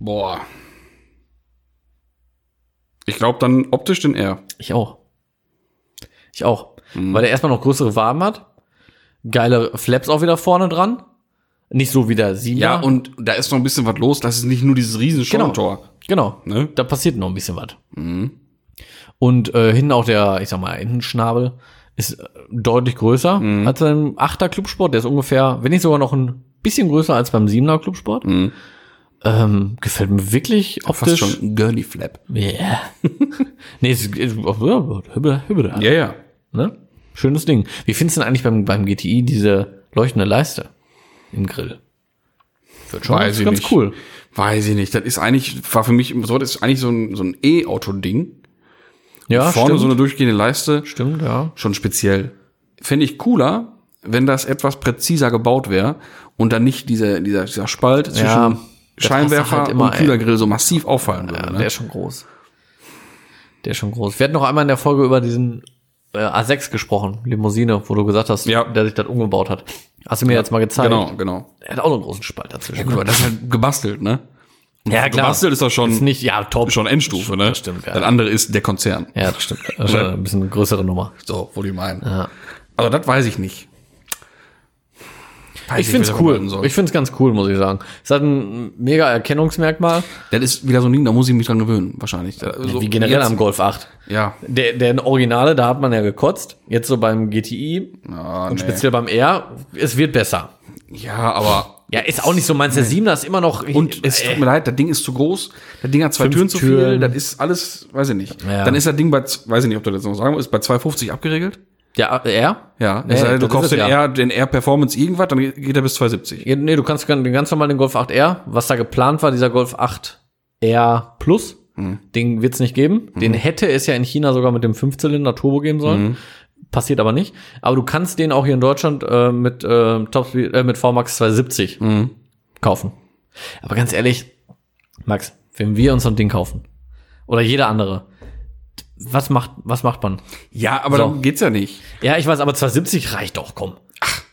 S3: Boah. Ich glaube dann optisch den R.
S2: Ich auch. Ich auch.
S3: Mhm.
S2: Weil er erstmal noch größere Waben hat. Geile Flaps auch wieder vorne dran. Nicht so wie der 7
S3: Ja, und da ist noch ein bisschen was los. Das ist nicht nur dieses riesen Schautor.
S2: Genau.
S3: Ne? Mhm.
S2: Da passiert noch ein bisschen was. Und äh, hinten auch der, ich sag mal, Entenschnabel ist äh, deutlich größer
S3: Mhm.
S2: als beim 8er Clubsport. Der ist ungefähr, wenn nicht sogar noch ein bisschen größer als beim 7er Clubsport. Ähm, gefällt mir wirklich
S3: Mhm. Fast
S2: optisch.
S3: schon ein Gurney Flap.
S2: Yeah. nee, es ist, es ist hübsch, hübsch.
S3: Ja, ja.
S2: Ne? Schönes Ding. Wie findest du denn eigentlich beim, beim GTI diese leuchtende Leiste im Grill? Wird schon
S3: Weiß ich
S2: ganz
S3: nicht.
S2: cool.
S3: Weiß ich nicht. Das ist eigentlich, war für mich, so, das ist eigentlich so ein, so ein E-Auto-Ding.
S2: Ja,
S3: Vorne
S2: stimmt.
S3: so eine durchgehende Leiste.
S2: stimmt, ja.
S3: Schon speziell. Fände ich cooler, wenn das etwas präziser gebaut wäre und dann nicht dieser, dieser, dieser Spalt zwischen
S2: Ja, das hast du
S3: Scheinwerfer
S2: halt immer,
S3: und Kühlergrill so massiv auffallen würde.
S2: Ja,
S3: ne?
S2: der ist schon groß. Der ist schon groß. Wir hatten noch einmal in der Folge über diesen äh, A6 gesprochen, Limousine, wo du gesagt hast,
S3: Ja.
S2: der sich das umgebaut hat. Hast du mir jetzt mal gezeigt.
S3: Genau, genau.
S2: Er hat auch so einen großen Spalt dazwischen.
S3: Gut, aber das ist halt gebastelt, ne?
S2: Ja,
S3: Gebastelt ist das schon,
S2: Ist nicht, ja, top.
S3: schon Endstufe, ne? Das
S2: stimmt, ja.
S3: Das andere ist der Konzern.
S2: Ja, das stimmt. Das ist schon ein bisschen eine größere Nummer.
S3: So, wo die meinen. Also, das weiß ich nicht. Weiß
S2: Ich finde
S3: wie
S2: es
S3: das
S2: cool.
S3: werden soll.
S2: Ich finde es ganz cool, muss ich sagen. Es hat ein mega Erkennungsmerkmal.
S3: das ist wieder so ein Ding, da muss ich mich dran gewöhnen, wahrscheinlich. Da- so
S2: Wie generell
S3: jetzt-
S2: am Golf 8.
S3: Ja.
S2: Der, der Originale, da hat man ja gekotzt. Jetzt so beim GTI
S3: Ah,
S2: und
S3: nee.
S2: speziell beim R. Es wird besser.
S3: Ja, aber.
S2: Ja, ist auch nicht so meins. Der 7er ist immer noch.
S3: Und es tut
S2: äh,
S3: mir leid, das Ding ist zu groß, das Ding hat zwei
S2: Fünf
S3: Türen zu viel,
S2: Türen.
S3: das ist alles, weiß ich nicht.
S2: Ja.
S3: Dann ist das Ding bei, z- weiß ich nicht, ob du das noch sagen musst, ist bei 250 abgeregelt.
S2: ja, R?
S3: Ja,
S2: Nee,
S3: es sei denn, du
S2: das
S3: kaufst
S2: ist es
S3: den,
S2: ja.
S3: R, den R Performance irgendwas, dann geht er bis 270.
S2: Ja, Nee, du kannst gern- den ganz normal den Golf 8 R, was da geplant war, dieser Golf 8 R Plus,
S3: Mhm.
S2: den wird's nicht geben. Den hätte es ja in China sogar mit dem Fünfzylinder Turbo geben sollen.
S3: Mhm.
S2: Passiert aber nicht. Aber du kannst den auch hier in Deutschland äh, mit, äh, Topspeed, äh, mit VMAX 270 kaufen. Aber ganz ehrlich, Max, wenn wir uns so ein Ding kaufen, oder jeder andere, was macht, was macht man?
S3: Ja, aber
S2: So.
S3: darum geht's ja nicht.
S2: Ja, ich weiß, aber 270 reicht doch, komm.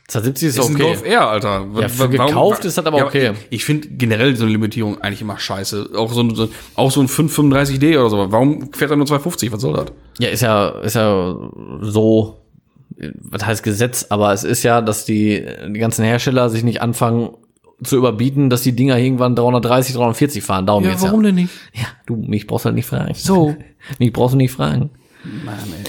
S2: 270 ist,
S3: Ist ein
S2: okay.
S3: Golf R, Alter. W-
S2: Ja, für
S3: w- warum-
S2: gekauft ist das aber okay.
S3: Ich, ich finde generell so eine Limitierung eigentlich immer scheiße. Auch so ein, so, auch so ein 535D oder so. Warum fährt er nur 250? Was soll das?
S2: Ja, ist ja, ist ja so, äh, was heißt Gesetz, aber es ist ja, dass die, die ganzen Hersteller sich nicht anfangen zu überbieten, dass die Dinger irgendwann 330, 340 fahren. Darum geht's ja.
S3: denn nicht?
S2: Ja, du, mich brauchst du nicht fragen. So. Mich brauchst du nicht fragen.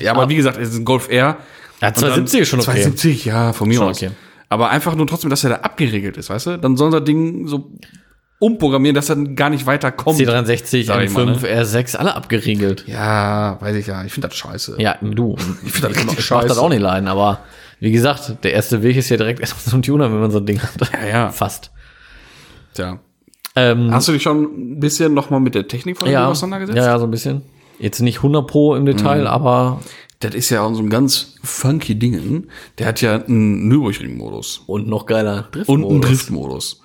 S3: Ja,
S2: Ah.
S3: aber wie gesagt, es ist ein Golf R.
S2: Ja, 270 ist schon okay.
S3: 270, ja, von mir
S2: Schon
S3: aus.
S2: okay.
S3: Aber einfach nur trotzdem, dass er da abgeregelt ist, weißt du? Dann soll das Ding so umprogrammieren, dass er gar nicht weiterkommt.
S2: C63,
S3: Sag ich
S2: M5,
S3: mal, ne?
S2: R6, alle abgeriegelt.
S3: Ja, weiß ich ja. Ich finde das scheiße.
S2: Ja, du.
S3: Ich finde das richtig
S2: Ich mach
S3: scheiße.
S2: das auch nicht leiden, aber wie gesagt, der erste Weg ist ja direkt erstmal zum Tuner, wenn man so ein Ding hat.
S3: Ja, ja.
S2: Fast.
S3: Tja.
S2: Ähm,
S3: Hast du dich schon ein bisschen nochmal mit der Technik von dem Ding
S2: ja,
S3: auseinandergesetzt?
S2: ja, ja, so ein bisschen. Jetzt nicht 100 Pro im Detail,
S3: Mhm.
S2: aber
S3: Das ist ja so ein ganz funky Dingen. Der hat ja einen Nürburgring-Modus.
S2: Und noch geiler Drift.
S3: Und einen Driftmodus.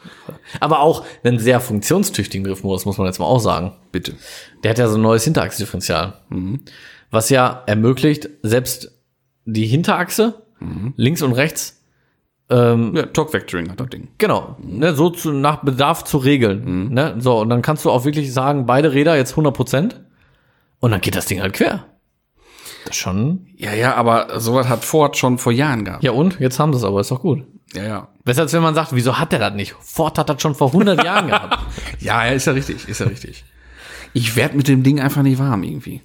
S2: Aber auch einen sehr funktionstüchtigen Driftmodus, muss man jetzt mal auch sagen.
S3: Bitte.
S2: Der hat ja so ein neues Hinterachsdifferential.
S3: Mhm.
S2: Was ja ermöglicht, selbst die Hinterachse,
S3: Mhm.
S2: links und rechts, ähm,
S3: Ja, Torque Vectoring hat das Ding.
S2: genau, ne, so zu, nach Bedarf zu regeln. Ne? So, und dann kannst du auch wirklich sagen, beide Räder jetzt 100 Prozent. Und dann geht das Ding halt quer. Das ist schon.
S3: Ja, ja, aber sowas hat Ford schon vor Jahren gehabt.
S2: Ja, und? Jetzt haben sie es aber, ist doch gut.
S3: Ja, ja.
S2: Besser als wenn man sagt, wieso hat der das nicht? Ford hat das schon vor 100 Jahren gehabt.
S3: Ja, ja, ist ja richtig, ist ja richtig. Ich werd mit dem Ding einfach nicht warm irgendwie.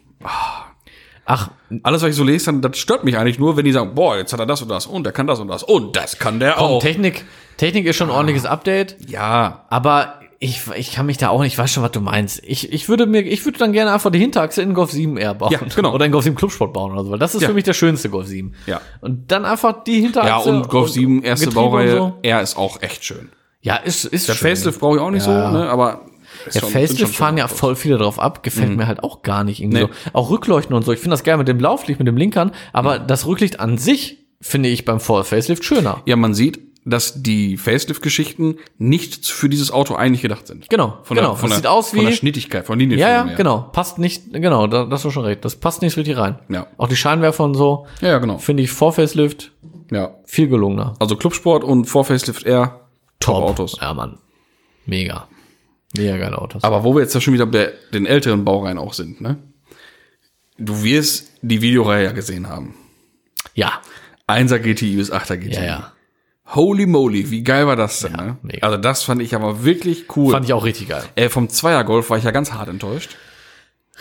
S2: Ach,
S3: Alles, was ich so lese, dann, das stört mich eigentlich nur, wenn die sagen, boah, jetzt hat er das und das und der kann das und das und das kann der
S2: Komm,
S3: auch.
S2: Technik, Technik ist schon ein ordentliches Update,
S3: Ja,
S2: aber ich, ich kann mich da auch nicht, ich weiß schon, was du meinst. Ich, ich würde mir, ich würde dann gerne einfach die Hinterachse in Golf 7 R bauen.
S3: Ja, genau.
S2: Oder in Golf 7 Clubsport bauen oder so, weil das ist
S3: Ja.
S2: für mich der schönste Golf 7.
S3: Ja.
S2: Und dann einfach die Hinterachse.
S3: ja und Golf 7 erste
S2: Getriebe Also, und
S3: Baureihe,
S2: so.
S3: er ist auch echt schön.
S2: Ja, ist, ist
S3: Der
S2: schön.
S3: Facelift brauche ich auch nicht so, ne, aber ist
S2: Der
S3: schon- sind
S2: Facelift
S3: schon
S2: fahren
S3: schöne
S2: ja
S3: Autos.
S2: voll viele drauf ab, gefällt mir halt auch gar nicht irgendwie
S3: Nee.
S2: so. Auch Rückleuchten und so, ich finde das geil mit dem
S3: Mhm.
S2: Lauflicht, mit dem Linkern, aber das Rücklicht an sich finde ich beim Voll Facelift schöner.
S3: Ja, man sieht, dass die Facelift-Geschichten nicht für dieses Auto eigentlich gedacht sind.
S2: Genau,
S3: Von
S2: genau.
S3: Der, von
S2: das
S3: der,
S2: sieht aus
S3: Von der
S2: wie.
S3: Schnittigkeit, von Linien.
S2: Ja, ja, genau. Passt nicht, genau, da das hast du schon recht. Das passt nicht richtig rein.
S3: Ja.
S2: Auch die Scheinwerfer und so,
S3: Ja, ja, genau.
S2: finde ich vor Facelift
S3: Ja.
S2: viel gelungener.
S3: Also Clubsport und vor Facelift R, top, Autos.
S2: Ja, Mann. Mega. Mega geile Autos.
S3: Aber wo wir jetzt ja schon wieder bei den älteren Baureihen auch sind, ne? Du wirst die Videoreihe ja gesehen haben.
S2: ja,
S3: 1er GTI bis 8er GTI.
S2: ja, ja.
S3: Holy moly, wie geil war das denn, ne?
S2: mega.
S3: Also das fand ich aber wirklich cool.
S2: Fand ich auch richtig geil.
S3: äh, vom 2er Golf war ich ja ganz hart enttäuscht.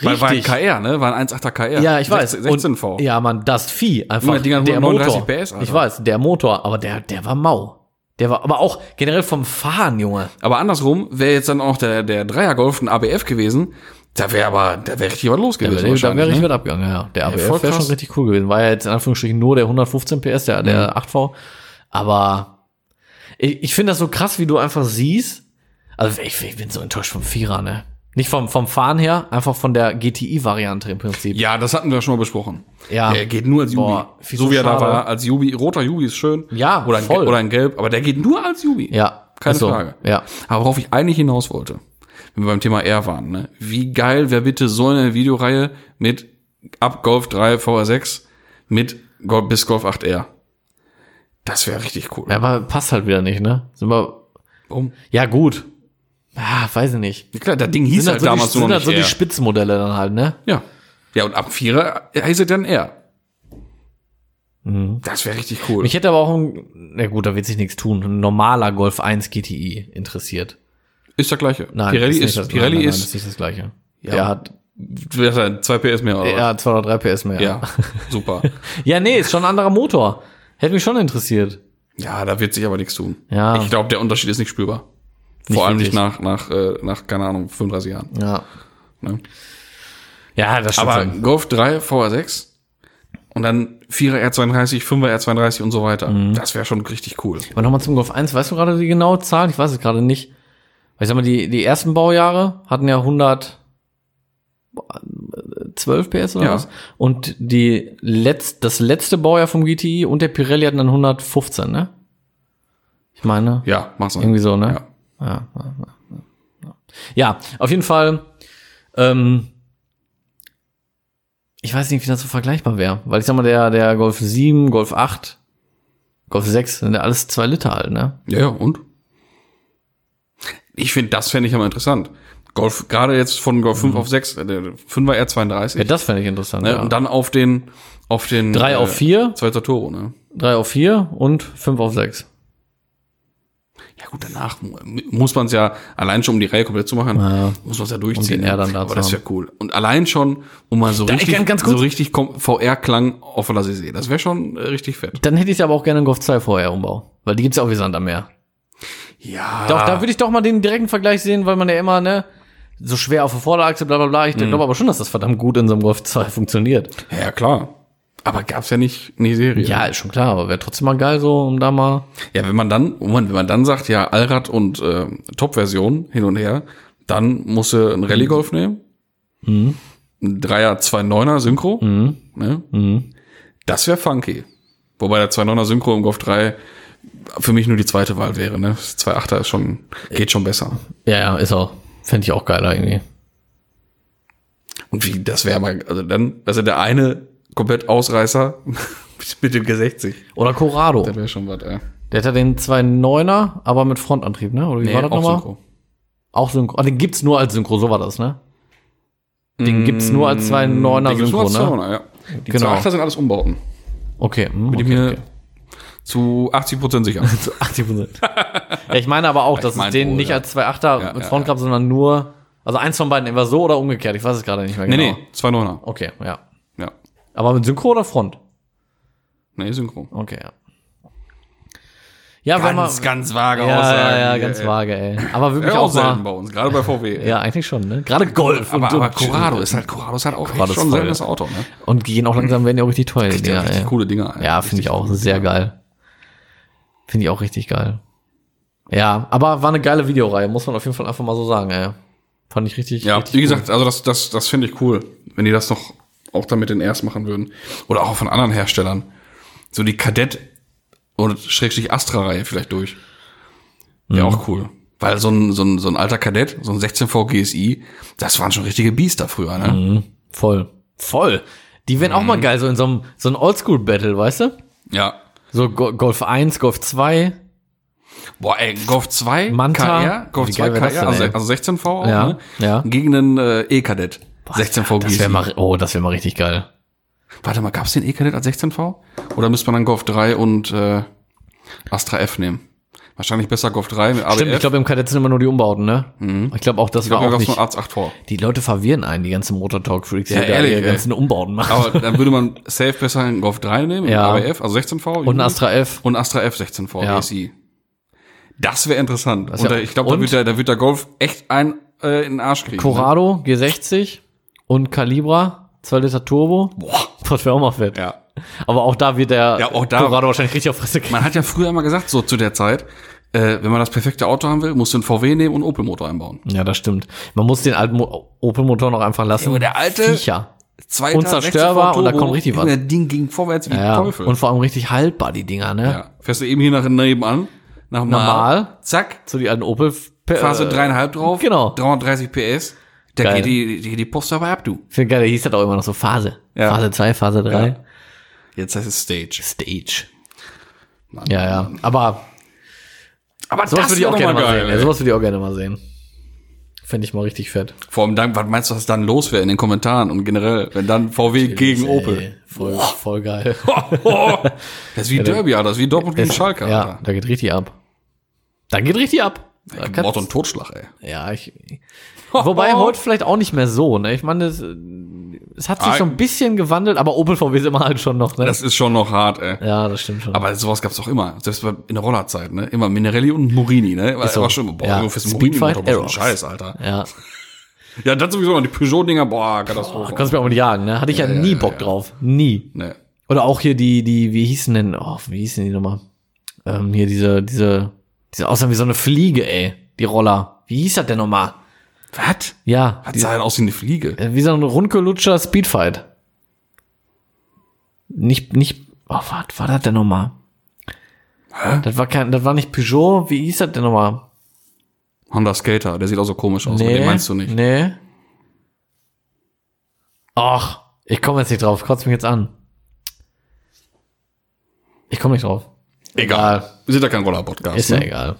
S3: Weil war ein KR, ne? War ein 1.8er KR.
S2: Ja, ich weiß.
S3: 16 V.
S2: Und, ja, Mann, das Vieh. Einfach
S3: Junge, die Dinger
S2: der
S3: 139
S2: Motor.
S3: PS, Alter.
S2: ich weiß, der Motor, aber der, der war mau. Der war, aber auch generell vom Fahren, Junge.
S3: Aber andersrum wäre jetzt dann auch der, der 3er Golf ein ABF gewesen. Da wäre aber, da wäre richtig was los
S2: Da
S3: gewesen.
S2: wäre da wär
S3: wahrscheinlich,
S2: richtig
S3: ne?
S2: was abgegangen, ja, ja. Der
S3: voll
S2: ABF wäre schon
S3: krass.
S2: richtig cool gewesen. War ja jetzt in Anführungsstrichen nur der 115 PS, der, der 8V. Aber ich, ich finde das so krass, wie du einfach siehst. Also ich, ich bin so enttäuscht vom Vierer, ne? Nicht vom, vom Fahren her, einfach von der GTI-Variante im Prinzip.
S3: Ja, das hatten wir schon mal besprochen.
S2: Ja.
S3: Der geht nur als Jubi.
S2: Boah, viel
S3: so
S2: so
S3: wie er da
S2: schade.
S3: war, als Jubi. Roter Jubi ist schön.
S2: Ja,
S3: Oder ein,
S2: voll.
S3: oder ein Gelb. Aber der geht nur als Jubi.
S2: Ja,
S3: Keine
S2: ist so.
S3: Frage.
S2: Ja.
S3: Aber worauf ich eigentlich hinaus wollte, wenn wir beim Thema R waren, ne? Wie geil wäre bitte so eine Videoreihe mit ab Golf 3 VR6 mit Golf, bis Golf 8R. Das wäre richtig cool.
S2: ja, aber passt halt wieder nicht, ne? Sind wir,
S3: Warum?
S2: ja gut. Ah, weiß ich nicht.
S3: Ja, klar, das Ding hieß
S2: Sind
S3: halt
S2: halt so, die,
S3: damals nur
S2: sind
S3: noch
S2: halt so die
S3: nicht
S2: Spitzmodelle dann halt, ne?
S3: R. Ja. Ja, und ab 4 heißt es dann R. Das wäre richtig cool.
S2: Mhm. Mich hätte aber auch ein, na gut, da wird sich nichts tun, ein normaler Golf 1 GTI interessiert.
S3: ist der gleiche.
S2: Nein,
S3: Pirelli
S2: nicht
S3: ist,
S2: das,
S3: Pirelli
S2: nein, nein,
S3: ist
S2: nein, ist nicht das gleiche. Er hat,
S3: Das hat 2 PS mehr, oder?
S2: er hat 203 PS mehr.
S3: Ja, super.
S2: ja, nee, ist schon ein anderer Motor. Hätte mich schon interessiert.
S3: Ja, da wird sich aber nichts tun.
S2: Ja.
S3: Ich glaube, der Unterschied ist nicht spürbar. Vor allem nicht
S2: Ah. wirklich.
S3: nach, nach, äh, nach, keine Ahnung, 35 Jahren.
S2: Ja.
S3: Ne?
S2: Ja, das stimmt.
S3: Aber
S2: schon.
S3: Golf 3, VR6 und dann 4er R32, 5er R32 und so weiter.
S2: Mhm.
S3: Das wäre schon richtig cool.
S2: Aber nochmal zum Golf 1, weißt du gerade die genaue Zahl? Ich weiß es gerade nicht. Weil Ich sag mal, die, die ersten Baujahre hatten ja 112 PS oder
S3: Ja.
S2: was. Und die letzt, das letzte Baujahr vom GTI und der Pirelli hatten dann 115, ne? Ich meine,
S3: Ja, mach's mal.
S2: irgendwie so, ne? Ja, ja, ja, ja, ja. ja auf jeden Fall. Ähm, ich weiß nicht, wie das so vergleichbar wäre. Weil ich sag mal, der, der Golf 7, Golf 8, Golf 6 sind ja alles zwei Liter alt, ne?
S3: Ja, ja, und? Ich finde, das fände ich aber interessant. Golf, gerade jetzt von Golf 5 auf 6, äh, der 5er R32.
S2: Ja, das fände ich interessant.
S3: ne?
S2: Mhm. Ja.
S3: Und dann auf den, auf den.
S2: 3 auf 4,
S3: 2 Toro, ne?
S2: 3 auf 4 und 5 auf 6.
S3: Ja gut, danach mu- muss man es ja allein schon, um die Reihe komplett zu machen,
S2: Ja.
S3: muss man es ja durchziehen.
S2: Und den R dann da
S3: Aber
S2: zu
S3: das
S2: haben.
S3: wäre cool. Und allein schon, um mal so
S2: Da-
S3: richtig,
S2: ganz
S3: so
S2: kurz.
S3: richtig kom- VR-Klang auf der See. Das wäre schon äh, richtig fett.
S2: Dann hätte ich aber auch gerne einen Golf 2 vorher umbau, weil die gibt's ja auch wie Sand am Meer.
S3: Ja.
S2: Doch, da würde ich doch mal den direkten Vergleich sehen, weil man ja immer, ne, so schwer auf der Vorderachse, bla bla bla. Ich glaube aber schon, dass das verdammt gut in so einem Golf 2 funktioniert.
S3: ja, klar. Aber gab's ja nicht in die Serie.
S2: Ja, ist schon klar, aber wäre trotzdem mal geil so, um da mal.
S3: Ja, wenn man dann, Moment, wenn man dann sagt, ja, Allrad und äh, Top-Version hin und her, dann musst du einen Rallye-Golf nehmen.
S2: Mhm.
S3: Ein Dreier, 2.9er Synchro. Ne?
S2: Mhm.
S3: Das wäre funky. Wobei der 2.9er Synchro im Golf 3 für mich nur die zweite Wahl wäre. Ne? Das 2.8er ist schon, geht schon besser.
S2: Ja, ja, ist auch. Fände ich auch geiler irgendwie.
S3: Und wie, das wäre mal, also dann, also der eine komplett Ausreißer mit, mit dem G60.
S2: Oder Corrado.
S3: Das wäre schon was, ey.
S2: Der hat ja den 2.9er, aber mit Frontantrieb, ne? Oder wie war das nochmal? Auch Synchro. Ah, den gibt's nur als Synchro, so war das, ne? Den gibt's nur als 2.9er
S3: Mm, Den gibt's nur
S2: Synchro,
S3: als
S2: ne?
S3: 2.9er, ja. Die
S2: Genau.
S3: 2.8er sind alles Umbauten.
S2: Okay. hm,
S3: bin
S2: okay,
S3: mir
S2: okay.
S3: zu 80 Prozent sicher.
S2: 80 Prozent. ja, ich meine aber auch, dass
S3: mein
S2: es den
S3: wohl,
S2: nicht
S3: ja.
S2: als 2.8er
S3: Ja,
S2: mit
S3: ja,
S2: Front gab, sondern nur, also eins von beiden, entweder so oder umgekehrt. Ich weiß es gerade nicht mehr
S3: nee,
S2: genau.
S3: nee, zwei Neuner.
S2: Okay, ja.
S3: Ja.
S2: Aber mit Synchro oder Front?
S3: Nee, synchron.
S2: Okay, ja. Ja, wenn man,
S3: ganz vage
S2: ja, ja, ja, ganz vage, ey. Aber
S3: äh, Ja,
S2: wirklich
S3: auch
S2: auch
S3: selten bei
S2: mal.
S3: uns, gerade bei VW.
S2: Ja, eigentlich schon, ne? Gerade Golf
S3: Aber, aber
S2: und,
S3: Corrado ist halt, Corrado ist halt auch
S2: Corrado
S3: echt
S2: ist
S3: schon ein
S2: voll,
S3: seltenes
S2: ja.
S3: Auto, ne?
S2: und die gehen auch langsam, werden ja auch richtig teuer. die
S3: Ja,
S2: Dinger,
S3: richtig
S2: ey.
S3: coole Dinger. ey.
S2: Ja, finde ich auch sehr geil. Finde ich auch richtig geil. Ja, aber war eine geile Videoreihe, muss man auf jeden Fall einfach mal so sagen, ey. Fand ich richtig.
S3: Ja,
S2: richtig
S3: wie gesagt, also das, das, das finde ich cool, wenn die das noch auch damit den erst machen würden. Oder auch von anderen Herstellern. So die Kadett und Schrägstrich Astra-Reihe vielleicht durch. Wäre
S2: Mhm.
S3: auch cool. Weil so ein, so, ein, so ein alter Kadett, so ein 16V GSI, das waren schon richtige Biester früher, ne?
S2: Mhm, Voll. Voll. Die wären auch
S3: Mhm.
S2: mal geil, so in so einem, so einem Oldschool-Battle, weißt du?
S3: Ja.
S2: So Go Golf 1, Golf 2.
S3: Boah, ey, Golf 2
S2: Manta.
S3: KR, Golf
S2: Wie
S3: 2
S2: geil wär
S3: KR,
S2: das denn,
S3: also,
S2: ey?
S3: also 16V auch,
S2: Ja,
S3: ne?
S2: ja.
S3: Gegen einen äh, E-Kadett. 16V
S2: Das wäre
S3: GSI.
S2: mal, oh, das wäre mal richtig geil.
S3: Warte mal, gab's den E-Kadett als 16V? Oder müsste man dann Golf 3 und äh, Astra F nehmen? Wahrscheinlich besser Golf 3 mit ABF.
S2: Stimmt, ich glaube, im Kadett sind immer nur die Umbauten, ne? Ich glaube auch,
S3: Mhm.
S2: das
S3: Ich glaub,
S2: war
S3: da
S2: auch
S3: gab's
S2: nicht.
S3: nur Arzt 8V.
S2: Die Leute verwirren einen, die ganzen Motor-Talk-Freaks,
S3: Ja,
S2: die halt da
S3: ehrlich,
S2: ihre
S3: ey.
S2: ganzen Umbauten machen.
S3: Aber dann würde man safe besser einen Golf 3 nehmen, mit
S2: Ja.
S3: ABF, also 16V.
S2: Und ein
S3: Jugend.
S2: Astra F.
S3: Und Astra F 16V
S2: Ja.
S3: GSI. Das wäre interessant.
S2: Das
S3: und
S2: ja-
S3: da, ich glaube, da,
S2: und?
S3: wird der- da wird der Golf echt ein äh, in den Arsch kriegen. ne?
S2: Corrado G60 und Calibra, 2 Liter Turbo.
S3: Boah.
S2: Das wäre auch mal fett.
S3: Ja.
S2: Aber auch da wird der
S3: Ja, auch da-
S2: Corrado wahrscheinlich richtig auf Fresse kriegen.
S3: Man hat ja früher immer gesagt, so zu der Zeit, äh, wenn man das perfekte Auto haben will, musst du einen VW nehmen und einen Opel-Motor einbauen.
S2: Ja, das stimmt. Man muss den alten Mo- Opel-Motor noch einfach lassen.
S3: Junge, der alte-
S2: Viecher.
S3: Zweiter,
S2: Unzerstörbar
S3: 16V
S2: und da
S3: Turbo.
S2: kommt richtig
S3: Junge, Das Ding ging vorwärts wie
S2: Ja,
S3: Teufel.
S2: und vor allem richtig haltbar, die Dinger, ne?
S3: ja. Fährst du eben hier nach nebenan, nach Mal,
S2: Mal.
S3: zack,
S2: So die alten Opel. äh,
S3: Phase dreieinhalb drauf,
S2: genau.
S3: 330 PS, da
S2: Geil.
S3: geht die, die, die Post aber ab, du.
S2: Finde geil, der hieß das auch immer noch so Phase.
S3: Ja.
S2: Phase 2, Phase 3.
S3: Ja. Jetzt heißt es Stage.
S2: Stage. Ja, ja. Aber
S3: Aber
S2: sowas würde ich
S3: wär
S2: auch
S3: doch
S2: gerne mal sehen. Also
S3: ey.
S2: Ja, sowas würde ich auch gerne mal sehen. Fände ich mal richtig fett.
S3: Vor allem, dann, was meinst du, was dann los wäre in den Kommentaren und generell, wenn dann VW gegen Opel.
S2: Ey, voll, voll geil.
S3: Das ist wie Derby, Alter. Das ist wie Dortmund gegen Schalke,
S2: ja,
S3: Alter.
S2: da geht richtig ab. Da geht richtig ab. Da kannst-
S3: Mord und Totschlag, ey.
S2: ja, ich. Wobei heute vielleicht auch nicht mehr so, ne? Ich meine, es, äh, es hat sich
S3: Ah,
S2: so ein bisschen gewandelt, aber Opel VW sind immer halt schon noch, ne?
S3: Das ist schon noch hart, ey.
S2: ja, das stimmt schon.
S3: Aber sowas gab's auch immer. Selbst bei- in der Rollerzeit, ne? Immer Minarelli und Morini, ne? War,
S2: so.
S3: war schon immer, boah,
S2: Ja.
S3: nur fürs
S2: Speedfight
S3: Morini-Motor war schon
S2: Aerox.
S3: Scheiß, Alter.
S2: ja.
S3: Ja, dann sowieso noch die Peugeot-Dinger, boah,
S2: Ach,
S3: Katastrophe.
S2: kannst du mir auch nicht jagen, ne? Hatte ich ja,
S3: ja,
S2: nie
S3: ja,
S2: Bock
S3: ja.
S2: drauf. Nie.
S3: ne.
S2: Oder auch hier die, die, wie hießen denn, oh, wie hießen die nochmal? Ähm, hier diese, diese, diese aussahen wie so eine Fliege, ey. Die Roller. Wie hieß das denn nochmal?
S3: Was?
S2: Ja.
S3: Was
S2: die-
S3: sah denn aus wie eine Fliege?
S2: äh, wie so ein Rundgelutscher Speedfight. Nicht, nicht, oh, was war das denn nochmal? Das war kein, das war nicht Peugeot, wie hieß das denn nochmal?
S3: Honda Skater, der sieht auch so komisch aus. aber Den meinst du nicht.
S2: Nee. Ach, ich komme jetzt nicht drauf, kotzt mich jetzt an. Ich komme nicht drauf.
S3: Egal. Wir sind ja kein Roller-Podcast. ne?
S2: Ist ja egal.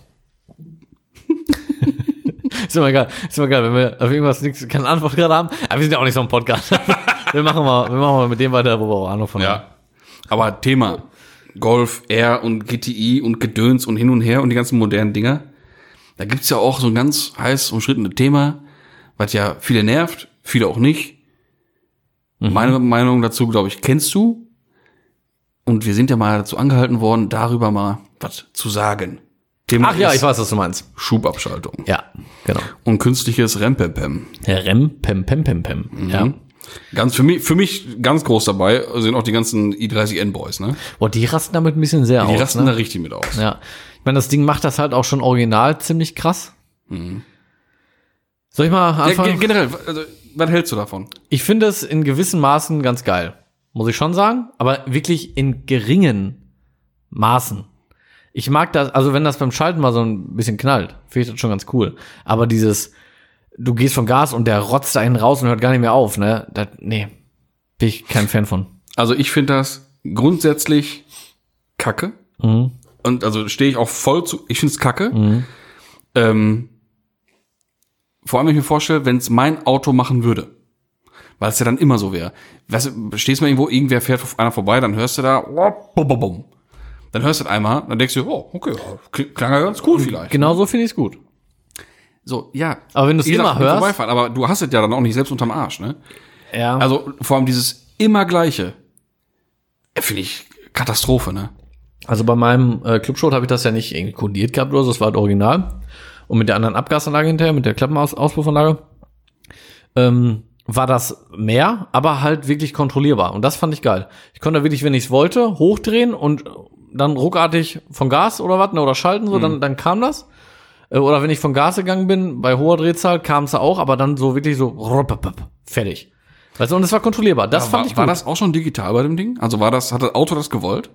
S2: ist immer egal, ist immer egal, wenn wir auf irgendwas nichts, keine Antwort gerade haben. Aber wir sind ja auch nicht so ein Podcast. wir machen mal, wir machen mal mit dem weiter, wo wir auch Ahnung von haben.
S3: Ja. Aber Thema Golf, R und GTI und Gedöns und hin und her und die ganzen modernen Dinger. Da gibt's ja auch so ein ganz heiß umstrittenes Thema, was ja viele nervt, viele auch nicht.
S2: Mhm.
S3: Meine Meinung dazu, glaube ich, kennst du. Und wir sind ja mal dazu angehalten worden, darüber mal was zu sagen. Thema
S2: Ach ja,
S3: ist
S2: ich weiß, was du meinst.
S3: Schubabschaltung
S2: Ja, genau.
S3: und künstliches Rempempem.
S2: Herr Rem, Pem, Pem, Pem, Pem.
S3: Mhm.
S2: Ja.
S3: Ganz für mich, für mich ganz groß dabei sind auch die ganzen i30N Boys, ne?
S2: Boah, die rasten damit ein bisschen sehr
S3: Die
S2: aus.
S3: rasten
S2: ne?
S3: da richtig mit aus.
S2: Ja. Ich meine, das Ding macht das halt auch schon original ziemlich krass. Soll ich mal
S3: Mhm. Ja, ge-
S2: anfangen?
S3: generell, also, was hältst du davon?
S2: ich finde es in gewissen Maßen ganz geil. Muss ich schon sagen. Aber wirklich in geringen Maßen. Ich mag das, also wenn das beim Schalten mal so ein bisschen knallt, finde ich das schon ganz cool. Aber dieses, du gehst von Gas und der rotzt da hinten raus und hört gar nicht mehr auf, ne? Das, nee. Bin ich kein Fan von.
S3: Also ich finde das grundsätzlich kacke.
S2: Mhm.
S3: Und also stehe ich auch voll zu. Ich finde es kacke. Ähm, vor allem, wenn ich mir vorstelle, wenn es mein Auto machen würde. Weil es ja dann immer so wäre. Weißt du, stehst mal irgendwo, irgendwer fährt auf einer vorbei, dann hörst du da, oh, bum, bum, bum. Dann hörst du das einmal, dann denkst du, oh, okay, ja, kli- klang ja ganz cool vielleicht.
S2: Genau so finde ich es gut.
S3: So, ja.
S2: Aber wenn du's
S3: Wie gesagt,
S2: immer
S3: mit
S2: hörst-
S3: Vorbeifahren, aber du hast es ja dann auch nicht selbst unterm Arsch, ne?
S2: Ja.
S3: Also vor allem dieses immer gleiche. Äh, Finde ich Katastrophe, ne?
S2: Also bei meinem äh, Clubshot habe ich das ja nicht irgendwie kodiert gehabt oder so, das war halt original. Und mit der anderen Abgasanlage hinterher, mit der Klappenauspuffanlage, ähm, war das mehr, aber halt wirklich kontrollierbar. Und das fand ich geil. Ich konnte da wirklich, wenn ich es wollte, hochdrehen und äh, dann ruckartig von Gas oder was, ne, oder schalten, so,
S3: Mhm.
S2: dann, dann kam das. Äh, Oder wenn ich von Gas gegangen bin, bei hoher Drehzahl kam es auch, aber dann so wirklich so ruppepep, fertig. Weißt du, und es war kontrollierbar. Das
S3: war,
S2: fand ich gut.
S3: war das auch schon digital bei dem Ding? Also war das, hat das Auto das gewollt?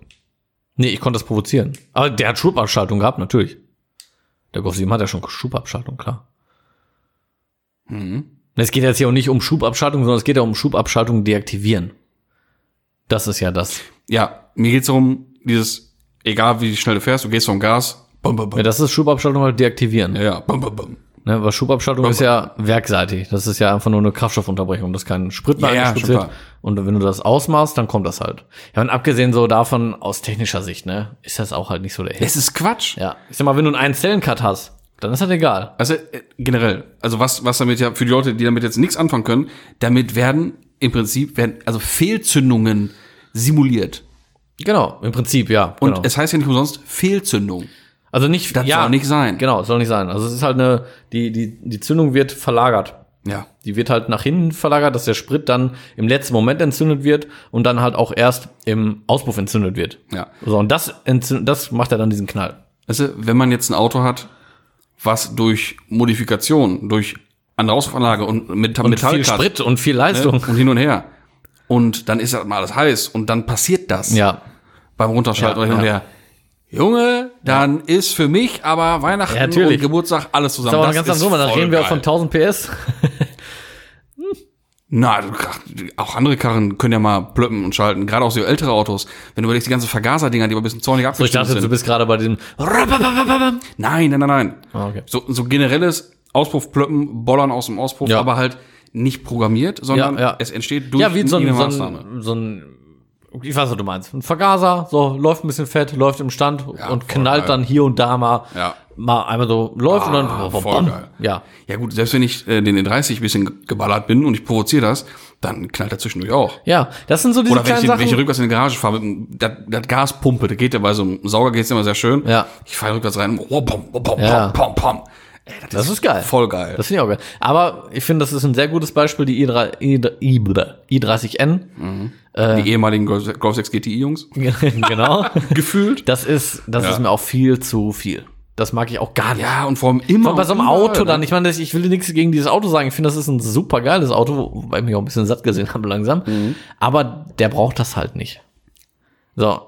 S2: Nee, ich konnte das provozieren. Aber der hat Schubabschaltung gehabt, natürlich. Der Golf 7 hat ja schon Schubabschaltung, klar.
S3: Mhm.
S2: Es geht jetzt hier auch nicht um Schubabschaltung, sondern es geht ja um Schubabschaltung deaktivieren. Das ist ja das.
S3: Ja, mir geht's darum, dieses, egal wie schnell du fährst, du gehst vom Gas, bum, bum, bum.
S2: Ja, das ist Schubabschaltung halt deaktivieren.
S3: Ja, ja, bum, bum, bum.
S2: Ne, weil Schubabschaltung ist ja werkseitig. Das ist ja einfach nur eine Kraftstoffunterbrechung, dass kein Sprit mehr
S3: Ja, ja,
S2: eingespritzt
S3: schon
S2: wird.
S3: klar.
S2: Und wenn du das ausmachst, dann kommt das halt. Ja, und abgesehen so davon, aus technischer Sicht, ne, ist das auch halt nicht so der Hit.
S3: Es ist Quatsch.
S2: Ja. Ich sag mal, wenn du einen Einzellen-Cut hast, dann ist das egal.
S3: Also äh, generell, also was, was damit ja für die Leute, die damit jetzt nichts anfangen können, damit werden im Prinzip werden also Fehlzündungen simuliert.
S2: Genau, im Prinzip, ja.
S3: Und
S2: genau.
S3: es heißt ja nicht umsonst Fehlzündung.
S2: also nicht,
S3: das
S2: ja,
S3: soll nicht sein.
S2: Genau, soll nicht sein. Also es ist halt eine, die, die, die Zündung wird verlagert.
S3: Ja.
S2: Die wird halt nach hinten verlagert, dass der Sprit dann im letzten Moment entzündet wird und dann halt auch erst im Auspuff entzündet wird.
S3: Ja.
S2: So, und das, entzünd, das macht ja dann diesen Knall.
S3: Also, wenn man jetzt ein Auto hat, was durch Modifikation, durch andere Auspuffanlage und mit
S2: Und viel Sprit und viel Leistung.
S3: und hin und her. Und dann ist das mal alles heiß und dann passiert das
S2: Ja.
S3: beim Runterschalten oder
S2: Ja,
S3: hin und
S2: ja.
S3: her. Junge, dann ist für mich aber Weihnachten
S2: Ja, natürlich.
S3: und Geburtstag alles
S2: Das ist
S3: zusammen.
S2: aber ganz anderes Nummer, da
S3: voll
S2: reden wir
S3: geil.
S2: von 1000 PS.
S3: Na, du- ach, auch andere Karren können ja mal plöppen und schalten. Gerade auch so ältere Autos. Wenn du überlegst, die ganzen Vergaser-Dinger, die aber ein bisschen zornig
S2: So, ich
S3: abgestimmt
S2: dachte, du
S3: sind.
S2: bist gerade bei dem.
S3: Nein, nein, nein, nein.
S2: Ah, okay.
S3: So, so generelles Auspuff plöppen, bollern aus dem Auspuff,
S2: Ja.
S3: aber halt nicht programmiert, sondern
S2: Ja, ja.
S3: es entsteht durch
S2: Ja, wie so ein,
S3: eine
S2: so,
S3: Maßnahme.
S2: ein, so ein, ich weiß, was du meinst. Ein Vergaser, so läuft ein bisschen fett, läuft im Stand und
S3: voll geil.
S2: knallt dann hier und da mal.
S3: Ja. Ah,
S2: Mal einmal so läuft und dann.
S3: voll geil.
S2: Ja.
S3: Ja gut, selbst wenn ich äh, den in 30 ein bisschen ge- geballert bin und ich provoziere das, dann knallt er zwischendurch auch.
S2: Ja, das sind so diese
S3: Oder wenn ich,
S2: kleinen
S3: den, wenn ich
S2: Sachen.
S3: rückwärts in die Garage fahre, mit dem- das das Gaspumpe, das geht ja bei so einem Sauger geht's immer sehr schön.
S2: Ja.
S3: Ich fahre rückwärts rein, oh, pom, oh, pom,
S2: Ja.
S3: pom, pom, pom. Ey,
S2: Das ist geil.
S3: Voll geil.
S2: Das finde ich auch geil. Aber ich finde, das ist ein sehr gutes Beispiel, die i3, i, i, i30N.
S3: die ehemaligen Golf, Golf 6 GTI-Jungs.
S2: genau.
S3: Gefühlt.
S2: Das ist, das
S3: Ja.
S2: ist mir auch viel zu viel. Das mag ich auch gar nicht.
S3: Ja, und vor allem immer.
S2: Und bei so einem
S3: überall,
S2: Auto
S3: ne?
S2: dann, ich meine, das- ich will nichts gegen dieses Auto sagen. Ich finde, das ist ein super geiles Auto, wobei ich mich auch ein bisschen satt gesehen habe langsam.
S3: Mhm.
S2: Aber der braucht das halt nicht. So.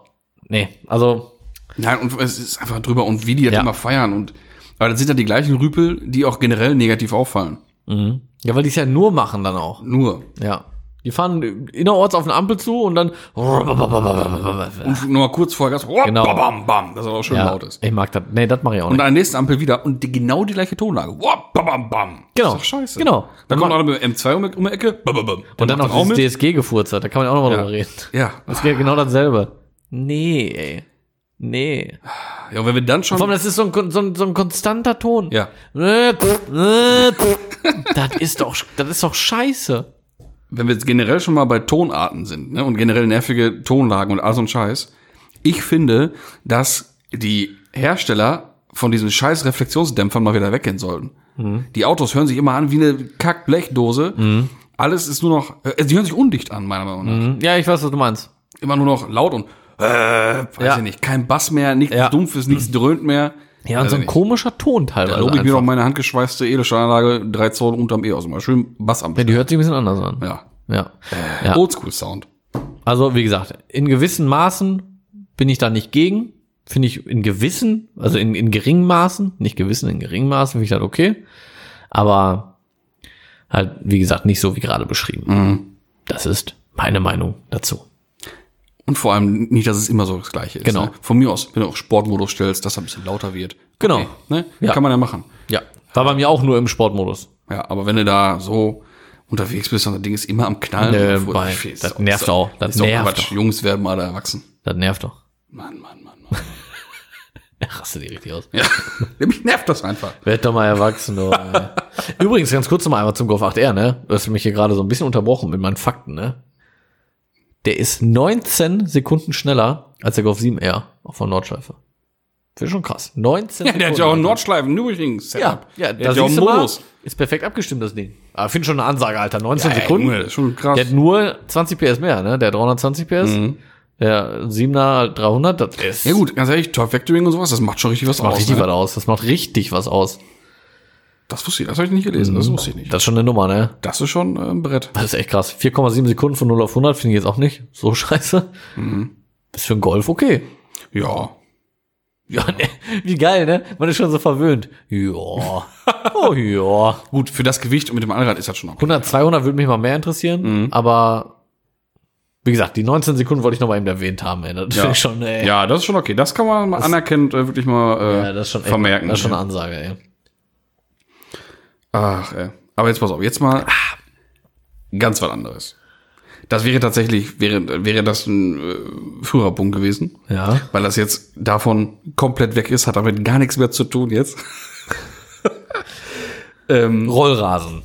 S2: Nee, also,
S3: Nein, und es ist einfach drüber und wie die das
S2: Ja.
S3: immer feiern. Und, aber das sind ja die gleichen Rüpel, die auch generell negativ auffallen.
S2: ja, weil die es ja nur machen dann auch.
S3: Nur.
S2: Ja. Die fahren innerorts auf eine Ampel zu und dann.
S3: Und nur mal kurz vorher Gas. Oh,
S2: Genau.
S3: Bam, bam, bam, dass er auch schön
S2: Ja,
S3: laut ist.
S2: ich mag das. Nee, das mache ich auch
S3: Und
S2: nicht.
S3: an der nächsten Ampel wieder und die, genau die gleiche Tonlage. Oh, bam, bam, bam.
S2: Genau.
S3: Ist doch scheiße.
S2: Genau.
S3: Dann kommt einer mit dem M2 um, die- um die Ecke. Bam, bam, bam.
S2: Und dann
S3: macht
S2: noch
S3: er
S2: dieses DSG-Gefurzer, da kann man ja auch nochmal drüber reden.
S3: mit. Ja.
S2: Das geht genau dasselbe. Nee, ey. Nee.
S3: Ja, und wenn wir dann schon.
S2: Vor allem, das ist so ein, kon- so ein, so ein konstanter Ton.
S3: Ja.
S2: Äh, pff, äh, pff. Das ist doch, das ist doch scheiße.
S3: wenn wir jetzt generell schon mal bei Tonarten sind ne, und generell nervige Tonlagen und all so ein Scheiß, ich finde, dass die Hersteller von diesen scheiß Reflexionsdämpfern mal wieder weggehen sollten.
S2: Mhm.
S3: Die Autos hören sich immer an wie eine Kackblechdose. Alles ist nur noch, äh, sie hören sich undicht an, meiner Meinung nach.
S2: Hm, Ja, ich weiß, was du meinst.
S3: Immer nur noch laut und, äh, weiß
S2: Ja.
S3: ich nicht, kein Bass mehr, nichts
S2: Ja.
S3: Dumpfes, nichts dröhnt mehr.
S2: Ja, und so ein
S3: nicht.
S2: komischer Ton teilweise.
S3: Da lobe ich mir
S2: Also einfach.
S3: doch meine handgeschweißte Edelstahlanlage, drei Zoll unterm E aus. Mal schön Bass am
S2: ja, die hört sich ein bisschen anders an.
S3: Ja.
S2: Ja. Oh. ja.
S3: Oldschool-Sound.
S2: Also, wie gesagt, in gewissen Maßen bin ich da nicht gegen. Finde ich in gewissen, also in, in geringen Maßen, nicht gewissen, in geringen Maßen finde ich das okay. Aber halt, wie gesagt, nicht so wie gerade beschrieben. Das ist meine Meinung dazu.
S3: Und vor allem nicht, dass es immer so das Gleiche ist.
S2: Genau.
S3: Ne? Von mir aus, wenn du auch Sportmodus stellst, dass er ein bisschen lauter wird.
S2: Genau.
S3: ne?
S2: Ja.
S3: Kann man ja machen.
S2: Ja. War bei mir auch nur im Sportmodus.
S3: Ja, aber wenn du da so unterwegs bist und das Ding ist immer am Knallen.
S2: Nö,
S3: Obwohl,
S2: bei-
S3: ist
S2: das
S3: doch-
S2: nervt
S3: ist doch-
S2: auch. Das
S3: ist doch
S2: nervt
S3: Quatsch. Jungs werden mal da erwachsen.
S2: Das nervt doch.
S3: Mann, Mann, Mann, Mann.
S2: Ich raste die richtig aus.
S3: ja. Mich nervt das einfach.
S2: Werd doch mal erwachsen. Du, ey. Übrigens, ganz kurz nochmal einmal zum Golf 8R, ne? Du hast mich hier gerade so ein bisschen unterbrochen mit meinen Fakten, ne? Der ist 19 Sekunden schneller als der Golf 7R auch von Nordschleife. Finde ich schon krass. 19
S3: Ja, der hat ja auch einen
S2: Alter.
S3: Nordschleifen, übrigens.
S2: Ja, ja,
S3: der
S2: da
S3: hat ja auch einen
S2: siehst du mal,
S3: Modus.
S2: ist perfekt abgestimmt, das Ding. Aber finde schon eine Ansage, Alter. 19
S3: Ja,
S2: Sekunden.
S3: Junge, das ist schon krass. Mhm.
S2: Der hat nur 20 PS mehr, ne? Der hat 320 PS. Der 7er halt 300, das ist.
S3: Ja gut, ganz ehrlich, Toy Factoring und sowas, das macht schon richtig was
S2: Das macht
S3: aus.
S2: richtig
S3: ne?
S2: was aus. Das macht richtig was aus.
S3: Das wusste ich, das habe ich nicht gelesen, das wusste ich nicht.
S2: Das ist schon eine Nummer, ne?
S3: Das ist schon äh, ein Brett.
S2: Das ist echt krass.
S3: Mhm.
S2: 4,7 Sekunden von 0 auf 100 finde ich jetzt auch nicht so scheiße. Ist für einen Golf okay.
S3: Ja.
S2: Ja, ne, wie geil, ne? Man ist schon so verwöhnt. Ja. Oh ja.
S3: Gut, für das Gewicht und mit dem Allrad ist das schon okay.
S2: 100, 200 würde mich mal mehr interessieren,
S3: Mhm.
S2: aber wie gesagt, die 19 Sekunden wollte ich noch mal eben erwähnt haben. Ey. Das finde ich schon, ey.
S3: Ja, das ist schon okay. Das kann man mal anerkennend äh, wirklich mal äh,
S2: Ja, das ist schon echt,
S3: vermerken.
S2: Das ist schon eine Ansage, ey.
S3: Ach, ey. Aber jetzt pass auf, jetzt mal ganz was anderes. Das wäre tatsächlich, wäre, wäre das ein äh, früherer Punkt gewesen.
S2: Ja.
S3: Weil das jetzt davon komplett weg ist, hat damit gar nichts mehr zu tun jetzt. Ähm,
S2: Rollrasen.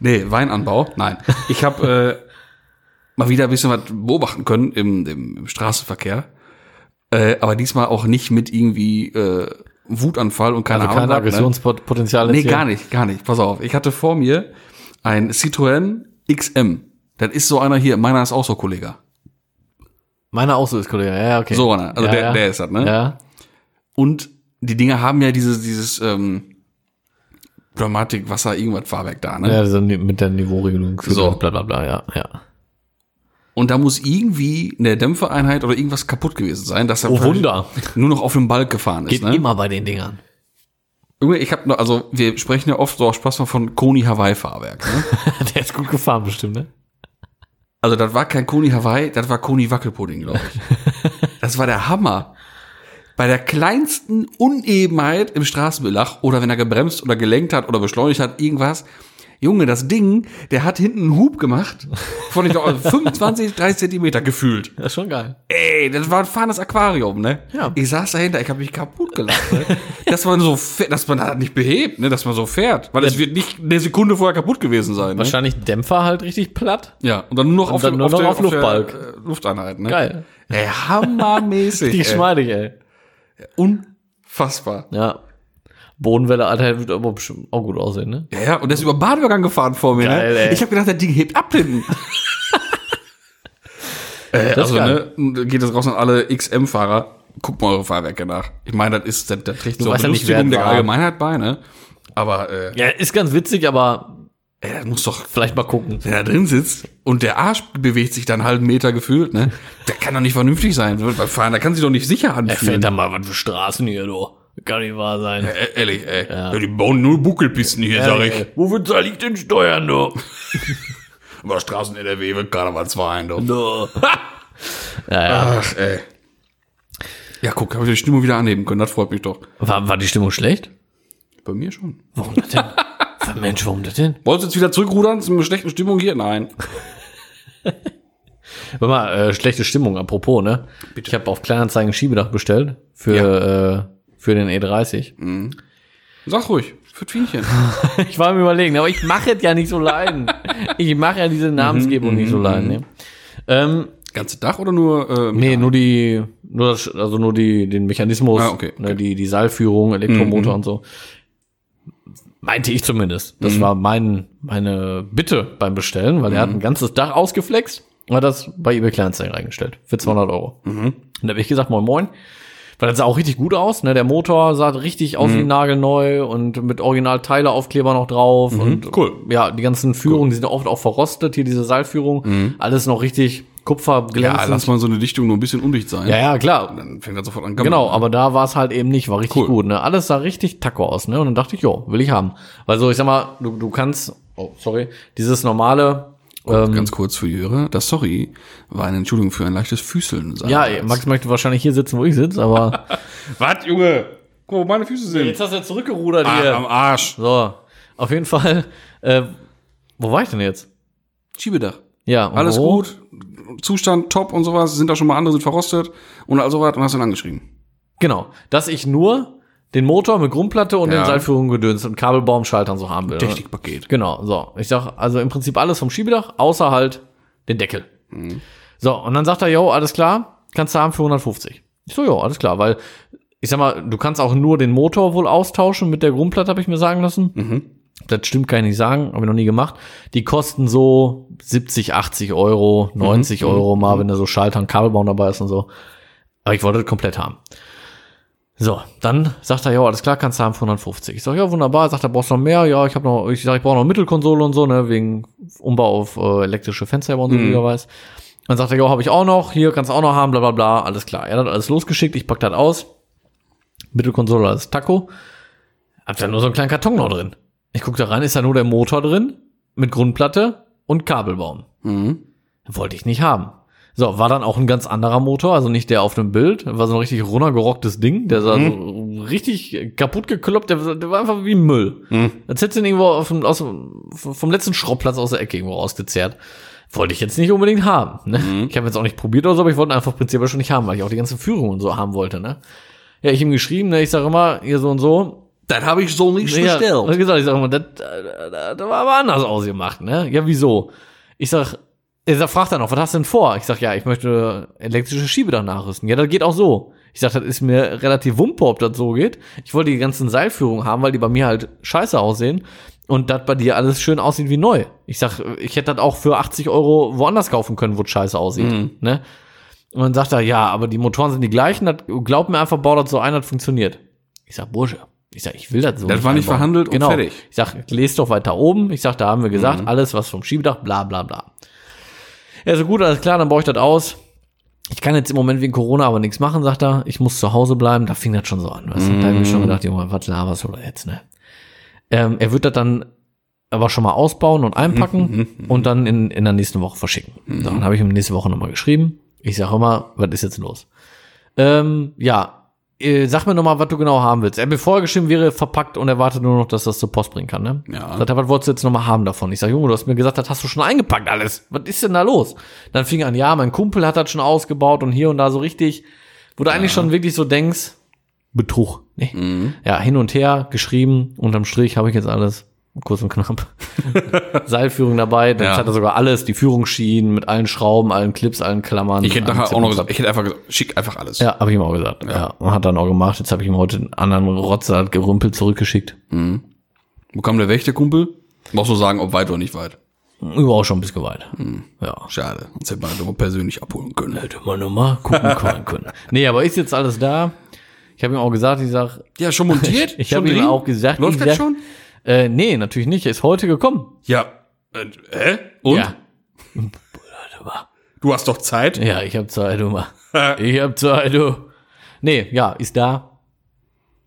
S3: Nee, Weinanbau, nein. Ich habe äh, mal wieder ein bisschen was beobachten können im, im, im Straßenverkehr. Äh, aber diesmal auch nicht mit irgendwie äh, Wutanfall und keine
S2: Also
S3: Ahnung.
S2: keine
S3: was, ne?
S2: Aggressionspotenzial
S3: Nee,
S2: jetzt hier.
S3: gar nicht, gar nicht. Pass auf. Ich hatte vor mir ein Citroën XM. Das ist so einer hier. Meiner ist auch so ein Kollege.
S2: Meiner auch so ist, Kollege. Ja, okay.
S3: So einer. Also
S2: ja,
S3: der,
S2: ja.
S3: der ist das, ne?
S2: Ja.
S3: Und die Dinger haben ja dieses, dieses ähm, Dramatik, Wasser, irgendwas Fahrwerk da, ne?
S2: Ja, so ni- mit der Niveauregelung.
S3: So.
S2: Bla, bla, bla, ja, ja.
S3: Und da muss irgendwie eine Dämpfereinheit oder irgendwas kaputt gewesen sein, dass er
S2: Oh, Wunder.
S3: nur noch auf den Balk gefahren ist.
S2: Geht
S3: Ne?
S2: immer bei den Dingern.
S3: Junge, ich habe also wir sprechen ja oft so aus Spaß mal von Koni Hawaii Fahrwerk. Ne?
S2: der ist gut gefahren bestimmt, ne?
S3: Also das war kein Koni Hawaii, das war Koni Wackelpudding, glaube ich. das war der Hammer. Bei der kleinsten Unebenheit im Straßenbelag oder wenn er gebremst oder gelenkt hat oder beschleunigt hat, irgendwas. Junge, das Ding, der hat hinten einen Hub gemacht von ich glaube, 25, 30 Zentimeter gefühlt.
S2: Das ist schon geil.
S3: Ey, das war ein fahrendes Aquarium, ne?
S2: Ja.
S3: Ich saß dahinter, ich habe mich kaputt gelacht, ne? dass man so, fährt, dass man das nicht behebt, ne? Dass man so fährt, weil es wird nicht eine Sekunde vorher kaputt gewesen sein. Ne?
S2: Wahrscheinlich Dämpfer halt richtig platt.
S3: Ja, und dann nur noch auf,
S2: dann
S3: dem-
S2: nur noch
S3: der-
S2: auf
S3: der,
S2: Luftbalk.
S3: äh, Lufteinheit, ne?
S2: Geil.
S3: Ey, hammermäßig.
S2: Die
S3: ey.
S2: schmeidig, ey.
S3: Unfassbar.
S2: Ja. Bodenwelle, Alter, wird aber bestimmt auch gut aussehen, ne?
S3: Ja, ja, und der ist über den Bahnübergang gefahren vor mir,
S2: Geil,
S3: ne?
S2: ey.
S3: Ich habe gedacht, der Ding hebt ab hinten. Äh,
S2: Das
S3: also,
S2: ist
S3: ne, geht das raus an alle XM-Fahrer. Guckt mal eure Fahrwerke nach. Ich meine, das ist, das, das trägt so
S2: weißt ja nicht, wer
S3: Belustigung
S2: das
S3: um der
S2: war.
S3: Allgemeinheit bei, ne? Aber, äh,
S2: Ja, ist ganz witzig, aber
S3: ey, das muss doch,
S2: vielleicht mal gucken.
S3: wenn er drin sitzt und der Arsch bewegt sich dann einen halben Meter gefühlt, ne? Der kann doch nicht vernünftig sein. Beim Fahren, da kann sich doch nicht sicher anfühlen.
S2: da mal was für Straßen hier, du. Kann nicht wahr sein.
S3: Äh, ehrlich, ey. Ja. Die bauen nur Buckelpisten hier, sag ich.
S2: Wofür zahle ich denn Steuern, du?
S3: Über Straßen NRW wird Karnevalsverein, doch.
S2: du. ja, ja.
S3: Ach, ey. Ja, guck, habe ich die Stimmung wieder anheben können. Das freut mich doch.
S2: War, war die Stimmung schlecht?
S3: Bei mir schon.
S2: Warum das denn? Für Mensch, warum das denn?
S3: Wolltest du jetzt wieder zurückrudern zu einer schlechten Stimmung hier? Nein.
S2: Warte mal, äh, schlechte Stimmung, apropos, ne? Ich habe auf Kleinanzeigen ein Schiebedach bestellt für, äh, für den E30.
S3: Sag ruhig. Für Fienchen.
S2: Ich war mir überlegen, aber ich mache es ja nicht so leiden. ich mache ja diese Namensgebung nicht so leiden. Ne? Ähm,
S3: Ganze Dach oder nur? Äh,
S2: nee, nur die, nur das, also nur die, den Mechanismus,
S3: Ah, okay, Mhm,
S2: Ne, die, die Seilführung, Elektromotor und so. Meinte ich zumindest. Das
S3: Mhm.
S2: war mein, meine Bitte beim Bestellen, weil er hat ein ganzes Dach ausgeflext und hat das bei eBay Kleinanzeigen reingestellt für
S3: Mhm.
S2: 200 Euro. Und da habe ich gesagt, moin moin. Weil das sah auch richtig gut aus, ne? Der Motor sah richtig aus
S3: Mhm.
S2: wie nagelneu und mit Originalteileaufkleber noch drauf und
S3: Mhm, cool.
S2: ja, die ganzen Führungen, die sind oft auch verrostet, hier diese Seilführung, alles noch richtig
S3: Mhm. Ja, lass
S2: kupferglänzend.
S3: mal so eine Dichtung nur ein bisschen undicht sein.
S2: Ja, ja, klar.
S3: Dann fängt er sofort an.
S2: Genau, aber da war es halt eben nicht, war richtig
S3: Cool.
S2: gut, ne? Alles sah richtig taco aus, ne? Und dann dachte ich, jo, will ich haben. Weil so, ich sag mal, du, du kannst, oh, sorry, dieses normale,
S3: Ähm, ganz kurz für die Hörer. Das Sorry war eine Entschuldigung für ein leichtes Füßeln. sein.
S2: ja, Max möchte wahrscheinlich hier sitzen, wo ich sitze, aber.
S3: Was, Junge? Guck, mal, wo meine Füße sind.
S2: hast du ja zurückgerudert
S3: Ah, am Arsch.
S2: So, auf jeden Fall, äh, wo war ich denn jetzt?
S3: Schiebedach.
S2: Ja, und
S3: Alles
S2: wo?
S3: gut, Zustand top und sowas, sind da schon mal andere, sind verrostet und all sowas und hast ihn angeschrieben.
S2: Genau, dass ich nur den Motor mit Grundplatte und
S3: Ja.
S2: den Seilführungen gedönst und Kabelbaumschaltern so haben will. ne?
S3: Technikpaket.
S2: Genau, so. Ich sag, also im Prinzip alles vom Schiebedach, außer halt den Deckel. So, und dann sagt er, yo, alles klar, kannst du haben für 150. Ich so, jo, alles klar, weil ich sag mal, du kannst auch nur den Motor wohl austauschen mit der Grundplatte, habe ich mir sagen lassen. Das stimmt, kann ich nicht sagen, habe ich noch nie gemacht. Die kosten so 70, 80 Euro, 90 Euro mal, wenn da so Schalter und Kabelbaum dabei ist und so. Aber ich wollte das komplett haben. So, dann sagt er, ja, alles klar, kannst du haben für 150. Ich sag, ja, wunderbar. Sagt er, brauchst du noch mehr? Ja, ich habe noch, ich sag, ich brauche noch Mittelkonsole und so, ne, wegen Umbau auf äh, elektrische Fenster und so, wie du weiß. Dann sagt er, jo, habe ich auch noch, hier kannst du auch noch haben, bla bla bla, alles klar. Er hat alles losgeschickt, ich pack das aus. Mittelkonsole als Taco. Hab da nur so einen kleinen Karton noch drin. Ich guck da rein, ist da nur der Motor drin, mit Grundplatte und Kabelbaum.
S3: Mhm.
S2: Wollte ich nicht haben. So, war dann auch ein ganz anderer Motor, also nicht der auf dem Bild, war so ein richtig runtergerocktes Ding, der sah so richtig kaputt gekloppt, der, der war einfach wie Müll. Als hättest du ihn irgendwo auf dem, aus, dem- vom letzten Schrottplatz aus der Ecke irgendwo rausgezerrt. Wollte ich jetzt nicht unbedingt haben. Ne? Ich habe jetzt auch nicht probiert oder so, aber ich wollte ihn einfach prinzipiell schon nicht haben, weil ich auch die ganzen Führungen und so haben wollte. Ne? Ja, ich ihm geschrieben, ne, ich sage immer, hier so und so,
S3: Das habe ich so nicht
S2: ja,
S3: bestellt.
S2: Wie gesagt, ich sag mal, das, äh, das, das war aber anders ausgemacht, ne? Ja, wieso? Ich sag, er sagt, fragt dann noch, was hast du denn vor? Ich sag, ja, ich möchte elektrische Schiebedach nachrüsten. Ja, das geht auch so. Ich sag, das ist mir relativ wumpe, ob das so geht. Ich wollte die ganzen Seilführungen haben, weil die bei mir halt scheiße aussehen. Und das bei dir alles schön aussieht wie neu. Ich sag, ich hätte das auch für 80 Euro woanders kaufen können, wo es scheiße aussieht.
S3: Mhm.
S2: Ne? Und dann sagt er, ja, aber die Motoren sind die gleichen, das, glaub mir einfach, bau das so ein, das funktioniert. Ich sag, Bursche, ich sag, ich will das so.
S3: Das war nicht
S2: einbauen.
S3: verhandelt und
S2: genau.
S3: fertig. Mhm.
S2: Ich sag, lest doch weiter oben. Ich sag, da haben wir gesagt, alles was vom Schiebedach, bla bla bla. Ja, so gut, alles klar, dann baue ich das aus. Ich kann jetzt im Moment wegen Corona aber nichts machen, sagt er. Ich muss zu Hause bleiben. Da fing das schon so an. Weißt du? Da hab ich mir
S3: Mhm.
S2: schon gedacht, Junge, was laberst du da jetzt, ne? Ähm, er wird das dann aber schon mal ausbauen und einpacken und dann in, in der nächsten Woche verschicken. So, dann habe ich ihm nächste Woche nochmal geschrieben. Ich sage immer, was ist jetzt los? Ähm, ja, äh, sag mir nochmal, was du genau haben willst. Er hat mir vorher geschrieben, wäre verpackt und er wartet nur noch, dass das zur Post bringen kann. Ne?
S3: Ja.
S2: Sagt er, was wolltest du jetzt nochmal haben davon? Ich sage, Junge, du hast mir gesagt, das hast du schon eingepackt alles. Was ist denn da los? Dann fing er an, ja, mein Kumpel hat das schon ausgebaut und hier und da so richtig, wo du eigentlich schon wirklich so denkst, Betrug. Nee.
S3: Mhm.
S2: Ja, hin und her geschrieben, unterm Strich habe ich jetzt alles. Kurz und knapp. Seilführung dabei, dann
S3: Ja.
S2: hat er sogar alles, die Führungsschienen mit allen Schrauben, allen Clips, allen Klammern.
S3: Ich hätte
S2: allen
S3: nachher
S2: Zip
S3: auch noch
S2: und Zap.
S3: gesagt, ich hätte einfach gesagt, schick einfach alles.
S2: Ja, habe ich ihm auch gesagt. Ja. Und hat dann auch gemacht. Jetzt habe ich ihm heute einen anderen Rotzer gerümpelt zurückgeschickt.
S3: Wo kam der weg, der Kumpel? Brauchst du sagen, ob weit oder nicht weit.
S2: Über auch schon bis geweiht. Ja.
S3: Schade. Sonst hätte man das doch persönlich abholen können.
S2: Hätte man noch mal gucken können. können. Nee, aber ist jetzt alles da. Ich habe ihm auch gesagt, ich sag,
S3: Ja, schon montiert?
S2: ich
S3: Schon
S2: habe ihm
S3: drin?
S2: auch gesagt,
S3: Läuft
S2: ich
S3: das
S2: sag,
S3: schon?
S2: Äh, nee, natürlich nicht. Er ist heute gekommen.
S3: Ja. Äh, hä? Und?
S2: Ja.
S3: Du hast doch Zeit?
S2: Ja, ich habe Zeit, du mal. Ich habe Zeit, du. Nee, ja, ist da.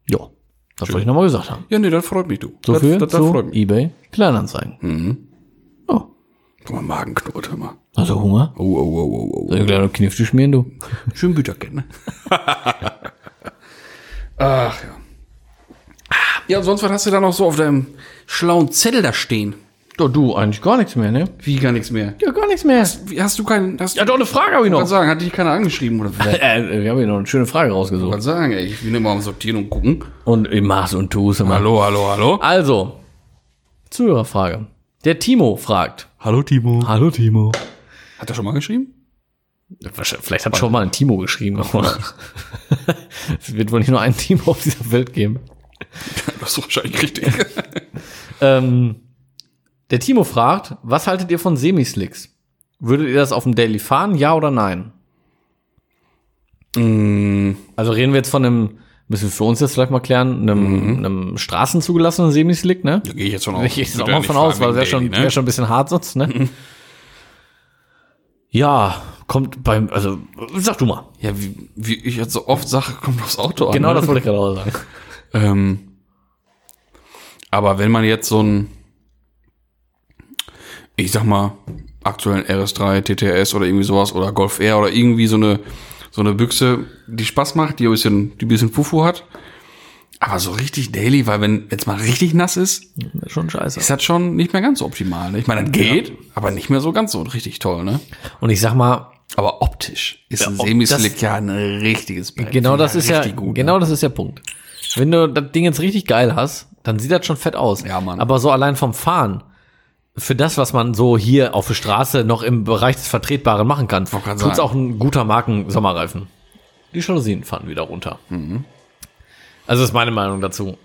S2: Jo. Das wollte ich nochmal gesagt haben.
S3: Ja, nee, das freut mich, du.
S2: So
S3: das,
S2: viel
S3: das, das
S2: zu
S3: freut mich.
S2: eBay Kleinanzeigen. Oh,
S3: Guck mal, Magen knurrt, hör mal.
S2: also Hunger?
S3: Oh, oh, oh, oh, oh.
S2: Soll ich gleich noch Knifte schmieren, du?
S3: Schön Büterkett, ne? Ach, ja. Ja, und sonst, was hast du da noch so auf deinem schlauen Zettel da stehen?
S2: Ja, du, eigentlich gar nichts mehr, ne?
S3: Wie, gar nichts mehr.
S2: Ja, gar nichts mehr.
S3: Wie, Hast du keinen, hast
S2: Ja,
S3: du,
S2: doch, eine Frage habe ich
S3: kann
S2: noch.
S3: sagen, hat dich keiner angeschrieben oder was?
S2: Äh, wir haben hier noch eine schöne Frage rausgesucht.
S3: kann sagen, ey, ich bin immer am Sortieren und gucken.
S2: Und im Maß und Tu's immer.
S3: Hallo, hallo, hallo.
S2: Also, Zuhörerfrage. Der Timo fragt.
S3: Hallo, Timo.
S2: Hallo, Timo.
S3: Hat er schon mal geschrieben?
S2: Vielleicht hat schon mal ein Timo geschrieben. aber es wird wohl nicht nur einen Timo auf dieser Welt geben.
S3: Das ist wahrscheinlich richtig.
S2: Ähm, der Timo fragt, was haltet ihr von Semislicks? Würdet ihr das auf dem Daily fahren, ja oder nein? Also reden wir jetzt von einem, müssen wir für uns jetzt vielleicht mal klären, einem, einem straßenzugelassenen Semislick, ne?
S3: Gehe ich jetzt schon
S2: Ich, ich sag mal von aus, weil wäre schon, wär schon ein bisschen hart sonst, ne? ja, kommt beim, also sag du mal.
S3: Ja, wie, wie ich jetzt so oft sage, kommt aufs Auto an.
S2: Genau
S3: ne?
S2: das wollte ich gerade auch sagen.
S3: Ähm, aber wenn man jetzt so ein, ich sag mal, aktuellen RS3, TTS oder irgendwie sowas oder Golf R oder irgendwie so eine, so eine Büchse, die Spaß macht, die ein bisschen, die ein bisschen Fufu hat. Aber so richtig daily, weil wenn jetzt mal richtig nass ist,
S2: Das ist schon scheiße.
S3: ist das schon nicht mehr ganz so optimal. Ne? Ich meine, das geht, aber nicht mehr so ganz so richtig toll, ne?
S2: Und ich sag mal,
S3: Aber optisch ist ein
S2: ob-
S3: Semislick ja ein richtiges Brett.
S2: Genau das ist ja,
S3: richtig gut, ne?
S2: genau das ist der Punkt. Wenn du das Ding jetzt richtig geil hast, dann sieht das schon fett aus.
S3: Ja, Mann.
S2: Aber so allein vom Fahren, für das, was man so hier auf der Straße noch im Bereich des Vertretbaren machen kann,
S3: Wollte grad
S2: tut's
S3: sagen.
S2: auch ein guter Marken-Sommerreifen. Die Jalousien fahren wieder runter. Also ist meine Meinung dazu.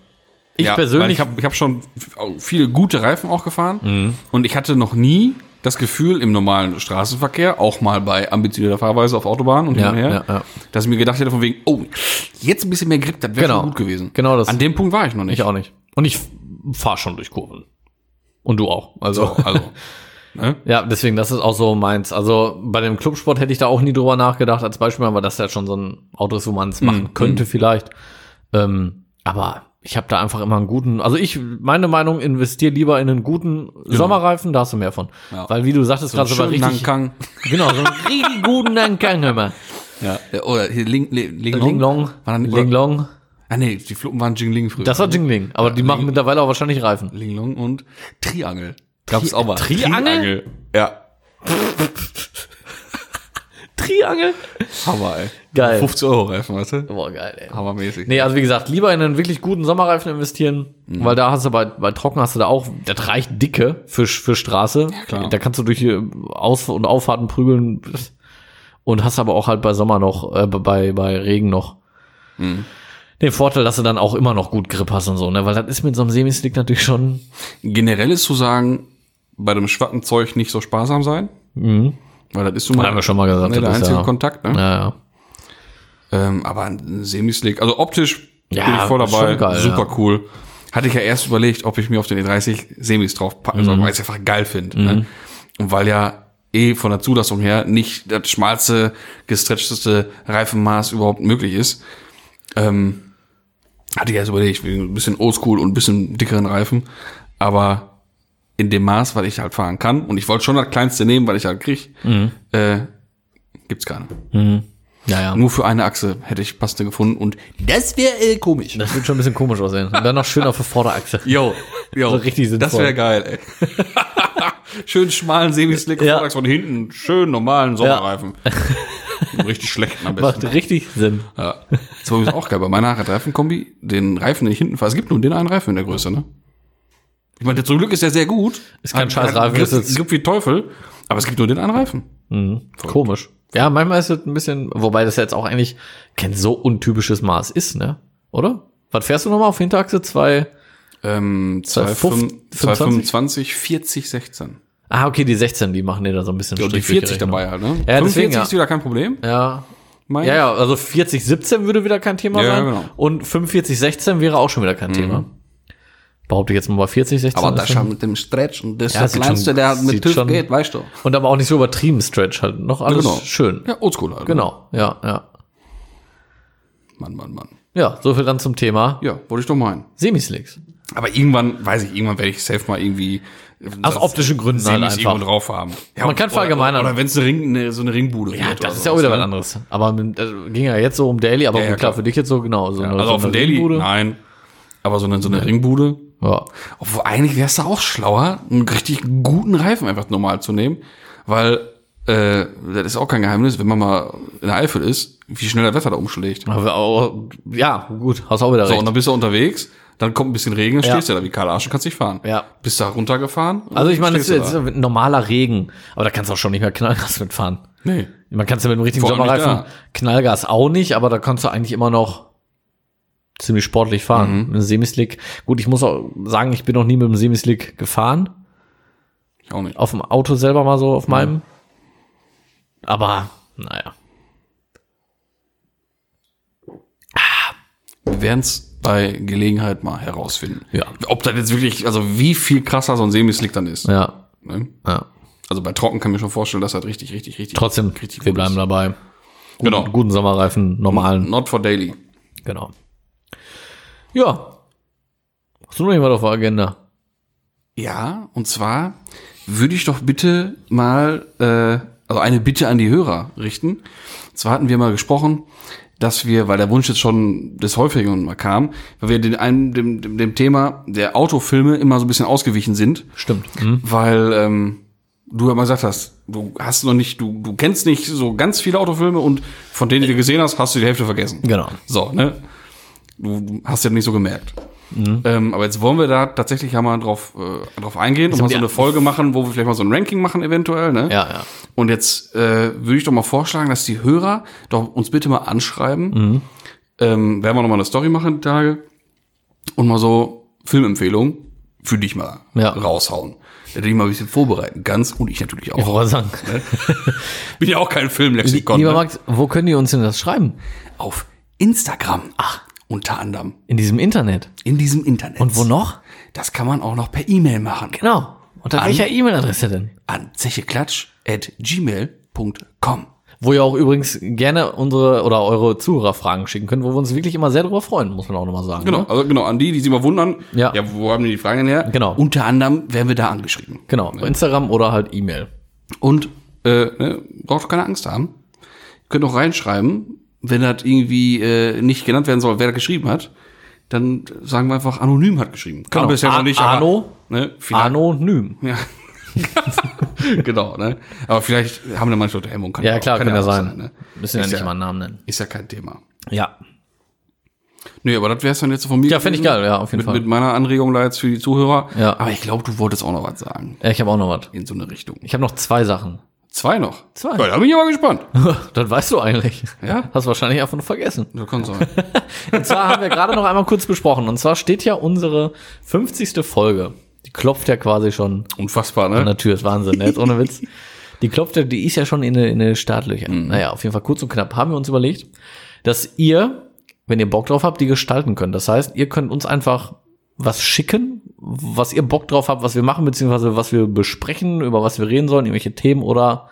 S3: Mhm.
S2: Ich
S3: Ja, weil
S2: persönlich,
S3: Ich habe ich hab schon viele gute Reifen auch gefahren.
S2: Mhm.
S3: Und ich hatte noch nie das Gefühl im normalen Straßenverkehr, auch mal bei ambitionierter Fahrweise auf Autobahn und hin
S2: Ja,
S3: und her,
S2: ja, ja.
S3: dass ich mir gedacht hätte von wegen, oh, jetzt ein bisschen mehr Grip, das wäre
S2: Genau.
S3: schon gut gewesen.
S2: Genau das-
S3: An dem Punkt war ich noch nicht.
S2: ich auch nicht. Und ich fahre schon durch Kurven. Und du auch. Also,
S3: Also, Ne?
S2: Ja, deswegen, das ist auch so meins. Also bei dem Clubsport hätte ich da auch nie drüber nachgedacht, als Beispiel, weil das ja schon so ein Auto ist, wo man es
S3: Mhm.
S2: machen könnte vielleicht. Ähm, aber ich habe da einfach immer einen guten, also ich, meine Meinung, investier lieber in einen guten Sommerreifen, da hast du mehr von.
S3: Genau. Ja.
S2: Weil wie du sagtest, gerade so war
S3: Schönen
S2: richtig,
S3: Nankang.
S2: genau, so einen richtig guten Nankang immer.
S3: Ja. äh, Oder hier Ling, Ling, Ling,
S2: Ling Long,
S3: War das nicht,
S2: Ling Long,
S3: Ah nee, die Fluppen waren Jing Ling früher.
S2: das war Jing Ling, aber die machen mittlerweile auch wahrscheinlich Reifen.
S3: Ling Long und Triangel. Gab's auch mal.
S2: Triangel?
S3: Ja.
S2: Triangel?
S3: Hammer, ey.
S2: Geil.
S3: 50 Euro Reifen, weißt du?
S2: Boah, geil, ey.
S3: Hammermäßig.
S2: Nee, also wie gesagt, lieber in einen wirklich guten Sommerreifen investieren,
S3: Mhm.
S2: weil da hast du bei, bei Trocken hast du da auch, das reicht dicke für, für Straße.
S3: klar.
S2: Da kannst du durch die Aus- und Auffahrten prügeln und hast aber auch halt bei Sommer noch, äh, bei, bei Regen noch
S3: Mhm.
S2: den Vorteil, dass du dann auch immer noch gut Grip hast und so, ne? Weil das ist mit so einem Semi-Stick natürlich schon,
S3: Generell ist zu sagen, bei dem schwachen Zeug nicht so sparsam sein. Weil das ist nun mal,
S2: haben Mhm. wir schon mal gesagt,
S3: ne, der
S2: das ist
S3: einzige
S2: ja-
S3: Kontakt, ne?
S2: naja.
S3: Ähm, aber ein Semislick, also optisch
S2: Ja,
S3: bin ich voll
S2: ist
S3: dabei,
S2: schon geil,
S3: super cool. Hatte ich ja erst überlegt, ob ich mir auf den E30 Semis draufpacken
S2: Mhm.
S3: soll, weil ich es einfach geil finde. Ne? Und weil ja eh von der Zulassung her nicht das schmalste, gestretchteste Reifenmaß überhaupt möglich ist, ähm, hatte ich erst überlegt, wegen ein bisschen oldschool und ein bisschen dickeren Reifen, aber in dem Maß, weil ich halt fahren kann und ich wollte schon das kleinste nehmen, weil ich halt krieg,
S2: Mhm.
S3: äh, gibt's keine.
S2: Naja.
S3: Nur für eine Achse hätte ich passende gefunden und das wäre äh, komisch.
S2: Das wird schon ein bisschen komisch aussehen. Und dann noch schön auf der Vorderachse.
S3: Yo, yo.
S2: So richtig sinnvoll.
S3: Das wäre geil, ey. schön schmalen Semislick
S2: Ja.
S3: vorlags von hinten, schön normalen Sommerreifen. richtig schlechten am
S2: Macht
S3: besten.
S2: richtig Sinn.
S3: Ja. Das war übrigens auch geil. Bei meiner Reifenkombi, den Reifen, den ich hinten fahre, es gibt nur den einen Reifen in der Größe, ne? Ich meine, der zum Glück ist der sehr gut.
S2: Ist kein
S3: Hat-
S2: scheiß
S3: hat
S2: Reifen,
S3: Grip,
S2: ist jetzt-
S3: Grip wie Teufel, aber es gibt nur den einen Reifen.
S2: Komisch. Ja, manchmal ist es ein bisschen, wobei das jetzt auch eigentlich kein so untypisches Maß ist, ne? Oder? Was fährst du nochmal auf Hinterachse? Zwei.
S3: Ähm,
S2: Zwei fünf-
S3: 225, 40, 16.
S2: Ah, okay, die 16, die machen dir da so ein bisschen
S3: Ja, und die
S2: Strich durch
S3: 40
S2: Rechnung.
S3: dabei halt, ne?
S2: Ja, deswegen, ja.
S3: ist wieder kein Problem.
S2: Ja.
S3: mein
S2: Ja, ja, also 40, 17 würde wieder kein Thema
S3: Ja, ja,
S2: sein.
S3: genau. Mhm.
S2: Und 45, 16 wäre auch schon wieder kein Thema. Behaupte ich jetzt mal bei 40, 16.
S3: Aber
S2: ist
S3: das
S2: schon-
S3: schon mit dem Stretch und das ist
S2: Ja,
S3: das
S2: sieht
S3: Kleinste,
S2: schon-
S3: der mit
S2: sieht
S3: TÜV
S2: schon-
S3: geht, weißt du.
S2: Und aber auch nicht so übertrieben Stretch halt. Noch alles
S3: genau.
S2: schön.
S3: Ja, oldschool halt. ne?
S2: Genau, ja, ja.
S3: Mann, Mann, Mann.
S2: Ja, so viel dann zum Thema
S3: Ja, wollte ich doch meinen.
S2: Semislicks.
S3: Aber irgendwann, weiß ich, irgendwann werde ich safe mal irgendwie äh,
S2: Aus
S3: das
S2: optischen Gründen halt
S3: Semis irgendwo
S2: einfach.
S3: drauf haben. Ja,
S2: Man kann
S3: oder-
S2: verallgemeinern.
S3: Oder wenn es eine, Ring, eine, so eine Ringbude
S2: Ja,
S3: wird
S2: das
S3: oder
S2: ist ja auch
S3: sowas,
S2: wieder was
S3: ne?
S2: anderes. Aber mit, also, ging ja jetzt so um Daily, aber
S3: Ja, ja,
S2: gut, klar,
S3: klar.
S2: für dich jetzt so genau. So eine,
S3: Also
S2: so
S3: auf dem
S2: eine
S3: Daily,
S2: Ringbude.
S3: nein. Aber so eine, so eine Ringbude.
S2: Ja.
S3: Obwohl, eigentlich wäre es da auch schlauer, einen richtig guten Reifen einfach normal zu nehmen, weil äh, das ist auch kein Geheimnis, wenn man mal in der Eifel ist, wie schnell das Wetter da umschlägt.
S2: Aber auch, ja, gut, hast auch wieder
S3: So, und
S2: recht.
S3: dann bist du unterwegs, dann kommt ein bisschen Regen, dann
S2: Ja.
S3: stehst du da wie Karl Arsch und kannst nicht fahren.
S2: Ja.
S3: Bist da runtergefahren? und
S2: Also ich meine, das ist
S3: stehst
S2: jetzt
S3: du da.
S2: ein normaler Regen, aber da kannst du auch schon nicht mehr Knallgas mitfahren.
S3: Nee.
S2: Man kannst ja mit einem richtigen
S3: Vor allem nicht
S2: Sommerreifen Knallgas auch nicht, aber da kannst du eigentlich immer noch ziemlich sportlich
S3: Mhm.
S2: fahren. Mit einem Semislick. Gut, ich muss auch sagen, ich bin noch nie mit einem Semislick gefahren.
S3: Ich auch nicht.
S2: Auf dem Auto selber mal so, auf meinem. Aber, naja.
S3: Wir werden es bei Gelegenheit mal herausfinden.
S2: Ja.
S3: Ob das jetzt wirklich, also wie viel krasser so ein Semislick dann ist.
S2: Ja,
S3: Ne?
S2: ja.
S3: Also bei Trocken kann ich mir schon vorstellen, dass das richtig, richtig, richtig.
S2: Trotzdem,
S3: richtig
S2: wir
S3: gut
S2: bleiben
S3: ist.
S2: dabei.
S3: Genau.
S2: Guten Sommerreifen, normalen.
S3: Not for daily.
S2: Genau. Ja. Hast du noch jemand auf der Agenda?
S3: Ja, und zwar würde ich doch bitte mal, äh, also eine Bitte an die Hörer richten. Und zwar hatten wir mal gesprochen, dass wir, weil der Wunsch jetzt schon des Häufigen mal kam, weil wir den, einem, dem, dem, dem Thema der Autofilme immer so ein bisschen ausgewichen sind,
S2: Stimmt. Hm?
S3: weil ähm, du ja mal gesagt hast, du hast noch nicht, du, du kennst nicht so ganz viele Autofilme und von denen, die du gesehen hast, hast du die Hälfte vergessen.
S2: Genau.
S3: So, ne? Du du hast ja nicht so gemerkt.
S2: Mhm.
S3: Ähm, aber jetzt wollen wir da tatsächlich ja mal drauf, äh, drauf eingehen und mal so
S2: ja-
S3: eine Folge machen, wo wir vielleicht mal so ein Ranking machen eventuell, ne?
S2: Also Ja, ja.
S3: Und jetzt äh, würde ich doch mal vorschlagen, dass die Hörer doch uns bitte mal anschreiben.
S2: Mhm.
S3: Ähm, werden wir nochmal eine Story machen die Tage und mal so Filmempfehlungen für dich mal
S2: Ja.
S3: raushauen. Dass du dich mal ein bisschen vorbereiten kannst und ich natürlich
S2: Ich
S3: auch.
S2: wollte sagen.
S3: Bin ja auch kein Filmlexikon.
S2: Lieber
S3: Ne?
S2: Max, wo können die uns denn das schreiben?
S3: Auf Instagram. Ach. Unter anderem.
S2: In diesem Internet.
S3: In diesem Internet.
S2: Und wo noch?
S3: Das kann man auch noch per E-Mail machen.
S2: Genau. Unter welcher E-Mail-Adresse denn?
S3: an zecheklatsch.gmail.com.
S2: Wo ihr auch übrigens gerne unsere oder eure Zuhörerfragen schicken könnt, wo wir uns wirklich immer sehr drüber freuen, muss man auch nochmal sagen.
S3: Genau,
S2: Ne?
S3: also genau, an die, die sich mal wundern,
S2: Ja.
S3: wo haben die die Fragen denn her?
S2: Genau.
S3: Unter anderem werden wir da angeschrieben.
S2: Genau. Instagram oder halt E-Mail.
S3: Und äh, ne, braucht doch keine Angst haben. Ihr könnt auch reinschreiben, wenn das irgendwie äh, nicht genannt werden soll, wer das geschrieben hat, dann sagen wir einfach, anonym hat geschrieben. Kann
S2: Genau.
S3: bisher
S2: A-
S3: noch nicht, aber,
S2: Arno?
S3: ne, vielleicht,
S2: Anonym.
S3: Ja. genau, ne? Aber vielleicht haben da manche Leute Hemmung. Kann
S2: Ja, klar, kann ja
S3: auch
S2: sein.
S3: ne?
S2: Müssen ja
S3: Ist
S2: nicht
S3: ja-
S2: mal einen Namen nennen.
S3: Ist ja kein Thema.
S2: Ja.
S3: Nee, aber das wär's dann jetzt so von mir.
S2: Ja, fänd ich
S3: gewesen.
S2: geil, ja, auf jeden
S3: mit,
S2: Fall.
S3: Mit meiner Anregung da jetzt für die Zuhörer.
S2: Ja.
S3: Aber ich glaube, du wolltest auch noch was sagen.
S2: Ja, Ich habe auch noch was.
S3: In so eine Richtung.
S2: Ich habe noch zwei Sachen.
S3: Zwei noch.
S2: Zwei.
S3: Ja, da bin ich aber gespannt.
S2: das weißt du eigentlich.
S3: Ja?
S2: Hast wahrscheinlich einfach nur vergessen.
S3: Das kann sein.
S2: Und zwar haben wir gerade noch einmal kurz besprochen. Und zwar steht ja unsere 50. Folge. Die klopft ja quasi schon
S3: Unfassbar,
S2: an
S3: ne?
S2: der Tür. Ist Wahnsinn, ne? Jetzt ohne Witz. Die klopft ja, die ist ja schon in den in den Startlöchern. Naja, auf jeden Fall kurz und knapp haben wir uns überlegt, dass ihr, wenn ihr Bock drauf habt, die gestalten könnt. Das heißt, ihr könnt uns einfach was schicken, was ihr Bock drauf habt, was wir machen, beziehungsweise was wir besprechen, über was wir reden sollen, irgendwelche Themen oder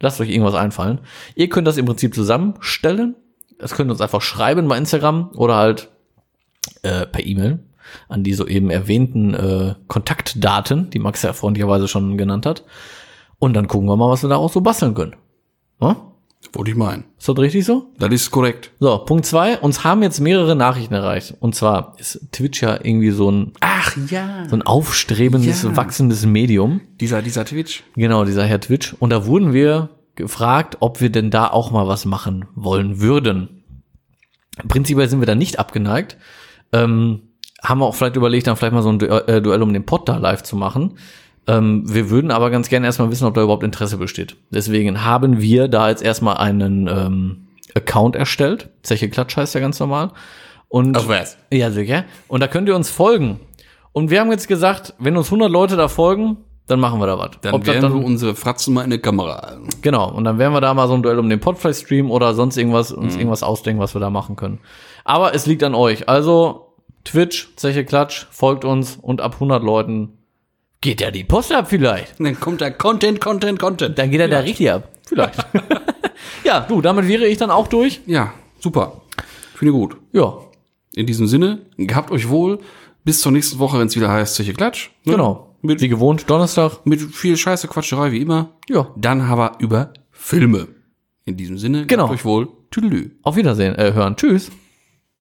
S2: lasst euch irgendwas einfallen. Ihr könnt das im Prinzip zusammenstellen. Das könnt ihr uns einfach schreiben bei Instagram oder halt äh, per E-Mail an die soeben erwähnten äh, Kontaktdaten, die Max ja freundlicherweise schon genannt hat. Und dann gucken wir mal, was wir da auch so basteln können. Ne?
S3: Wollte ich meinen.
S2: Ist das richtig so?
S3: Das ist korrekt.
S2: So, Punkt zwei. Uns haben jetzt mehrere Nachrichten erreicht. Und zwar ist Twitch ja irgendwie so ein,
S3: Ach ja.
S2: so ein aufstrebendes,
S3: Ja.
S2: wachsendes Medium.
S3: Dieser, dieser Twitch.
S2: Genau, dieser Herr Twitch. Und da wurden wir gefragt, ob wir denn da auch mal was machen wollen würden. Prinzipiell sind wir da nicht abgeneigt. Ähm, haben wir auch vielleicht überlegt, dann vielleicht mal so ein Du- äh, Duell um den Pott da live zu machen. Ähm, wir würden aber ganz gerne erstmal wissen, ob da überhaupt Interesse besteht. Deswegen haben wir da jetzt erstmal einen ähm, Account erstellt. Zeche Klatsch heißt ja ganz normal. Und
S3: was?
S2: ja, sicher. Und da könnt ihr uns folgen. Und wir haben jetzt gesagt, wenn uns 100 Leute da folgen, dann machen wir da was.
S3: Dann
S2: Ob das
S3: werden wir unsere Fratzen mal in der Kamera halten.
S2: Genau, und dann werden wir da mal so ein Duell um den Podfly streamen oder sonst irgendwas, uns irgendwas ausdenken, was wir da machen können. Aber es liegt an euch. Also Twitch, Zeche Klatsch, folgt uns und ab 100 Leuten geht ja die Post ab vielleicht.
S3: Dann kommt da Content, Content, Content.
S2: Dann geht er da richtig ab. Vielleicht. ja, du, damit wäre ich dann auch durch.
S3: ja, super. Finde gut.
S2: Ja,
S3: In diesem Sinne, gehabt euch wohl. Bis zur nächsten Woche, wenn es wieder heißt, Zeche Klatsch. Ne?
S2: genau. Wie
S3: Mit,
S2: gewohnt, Donnerstag.
S3: mit viel Scheiße, Quatscherei, wie immer.
S2: Ja,
S3: Dann aber über Filme. In diesem Sinne,
S2: Genau.
S3: gehabt euch wohl. Tüdelü.
S2: auf Wiedersehen, äh, hören. Tschüss.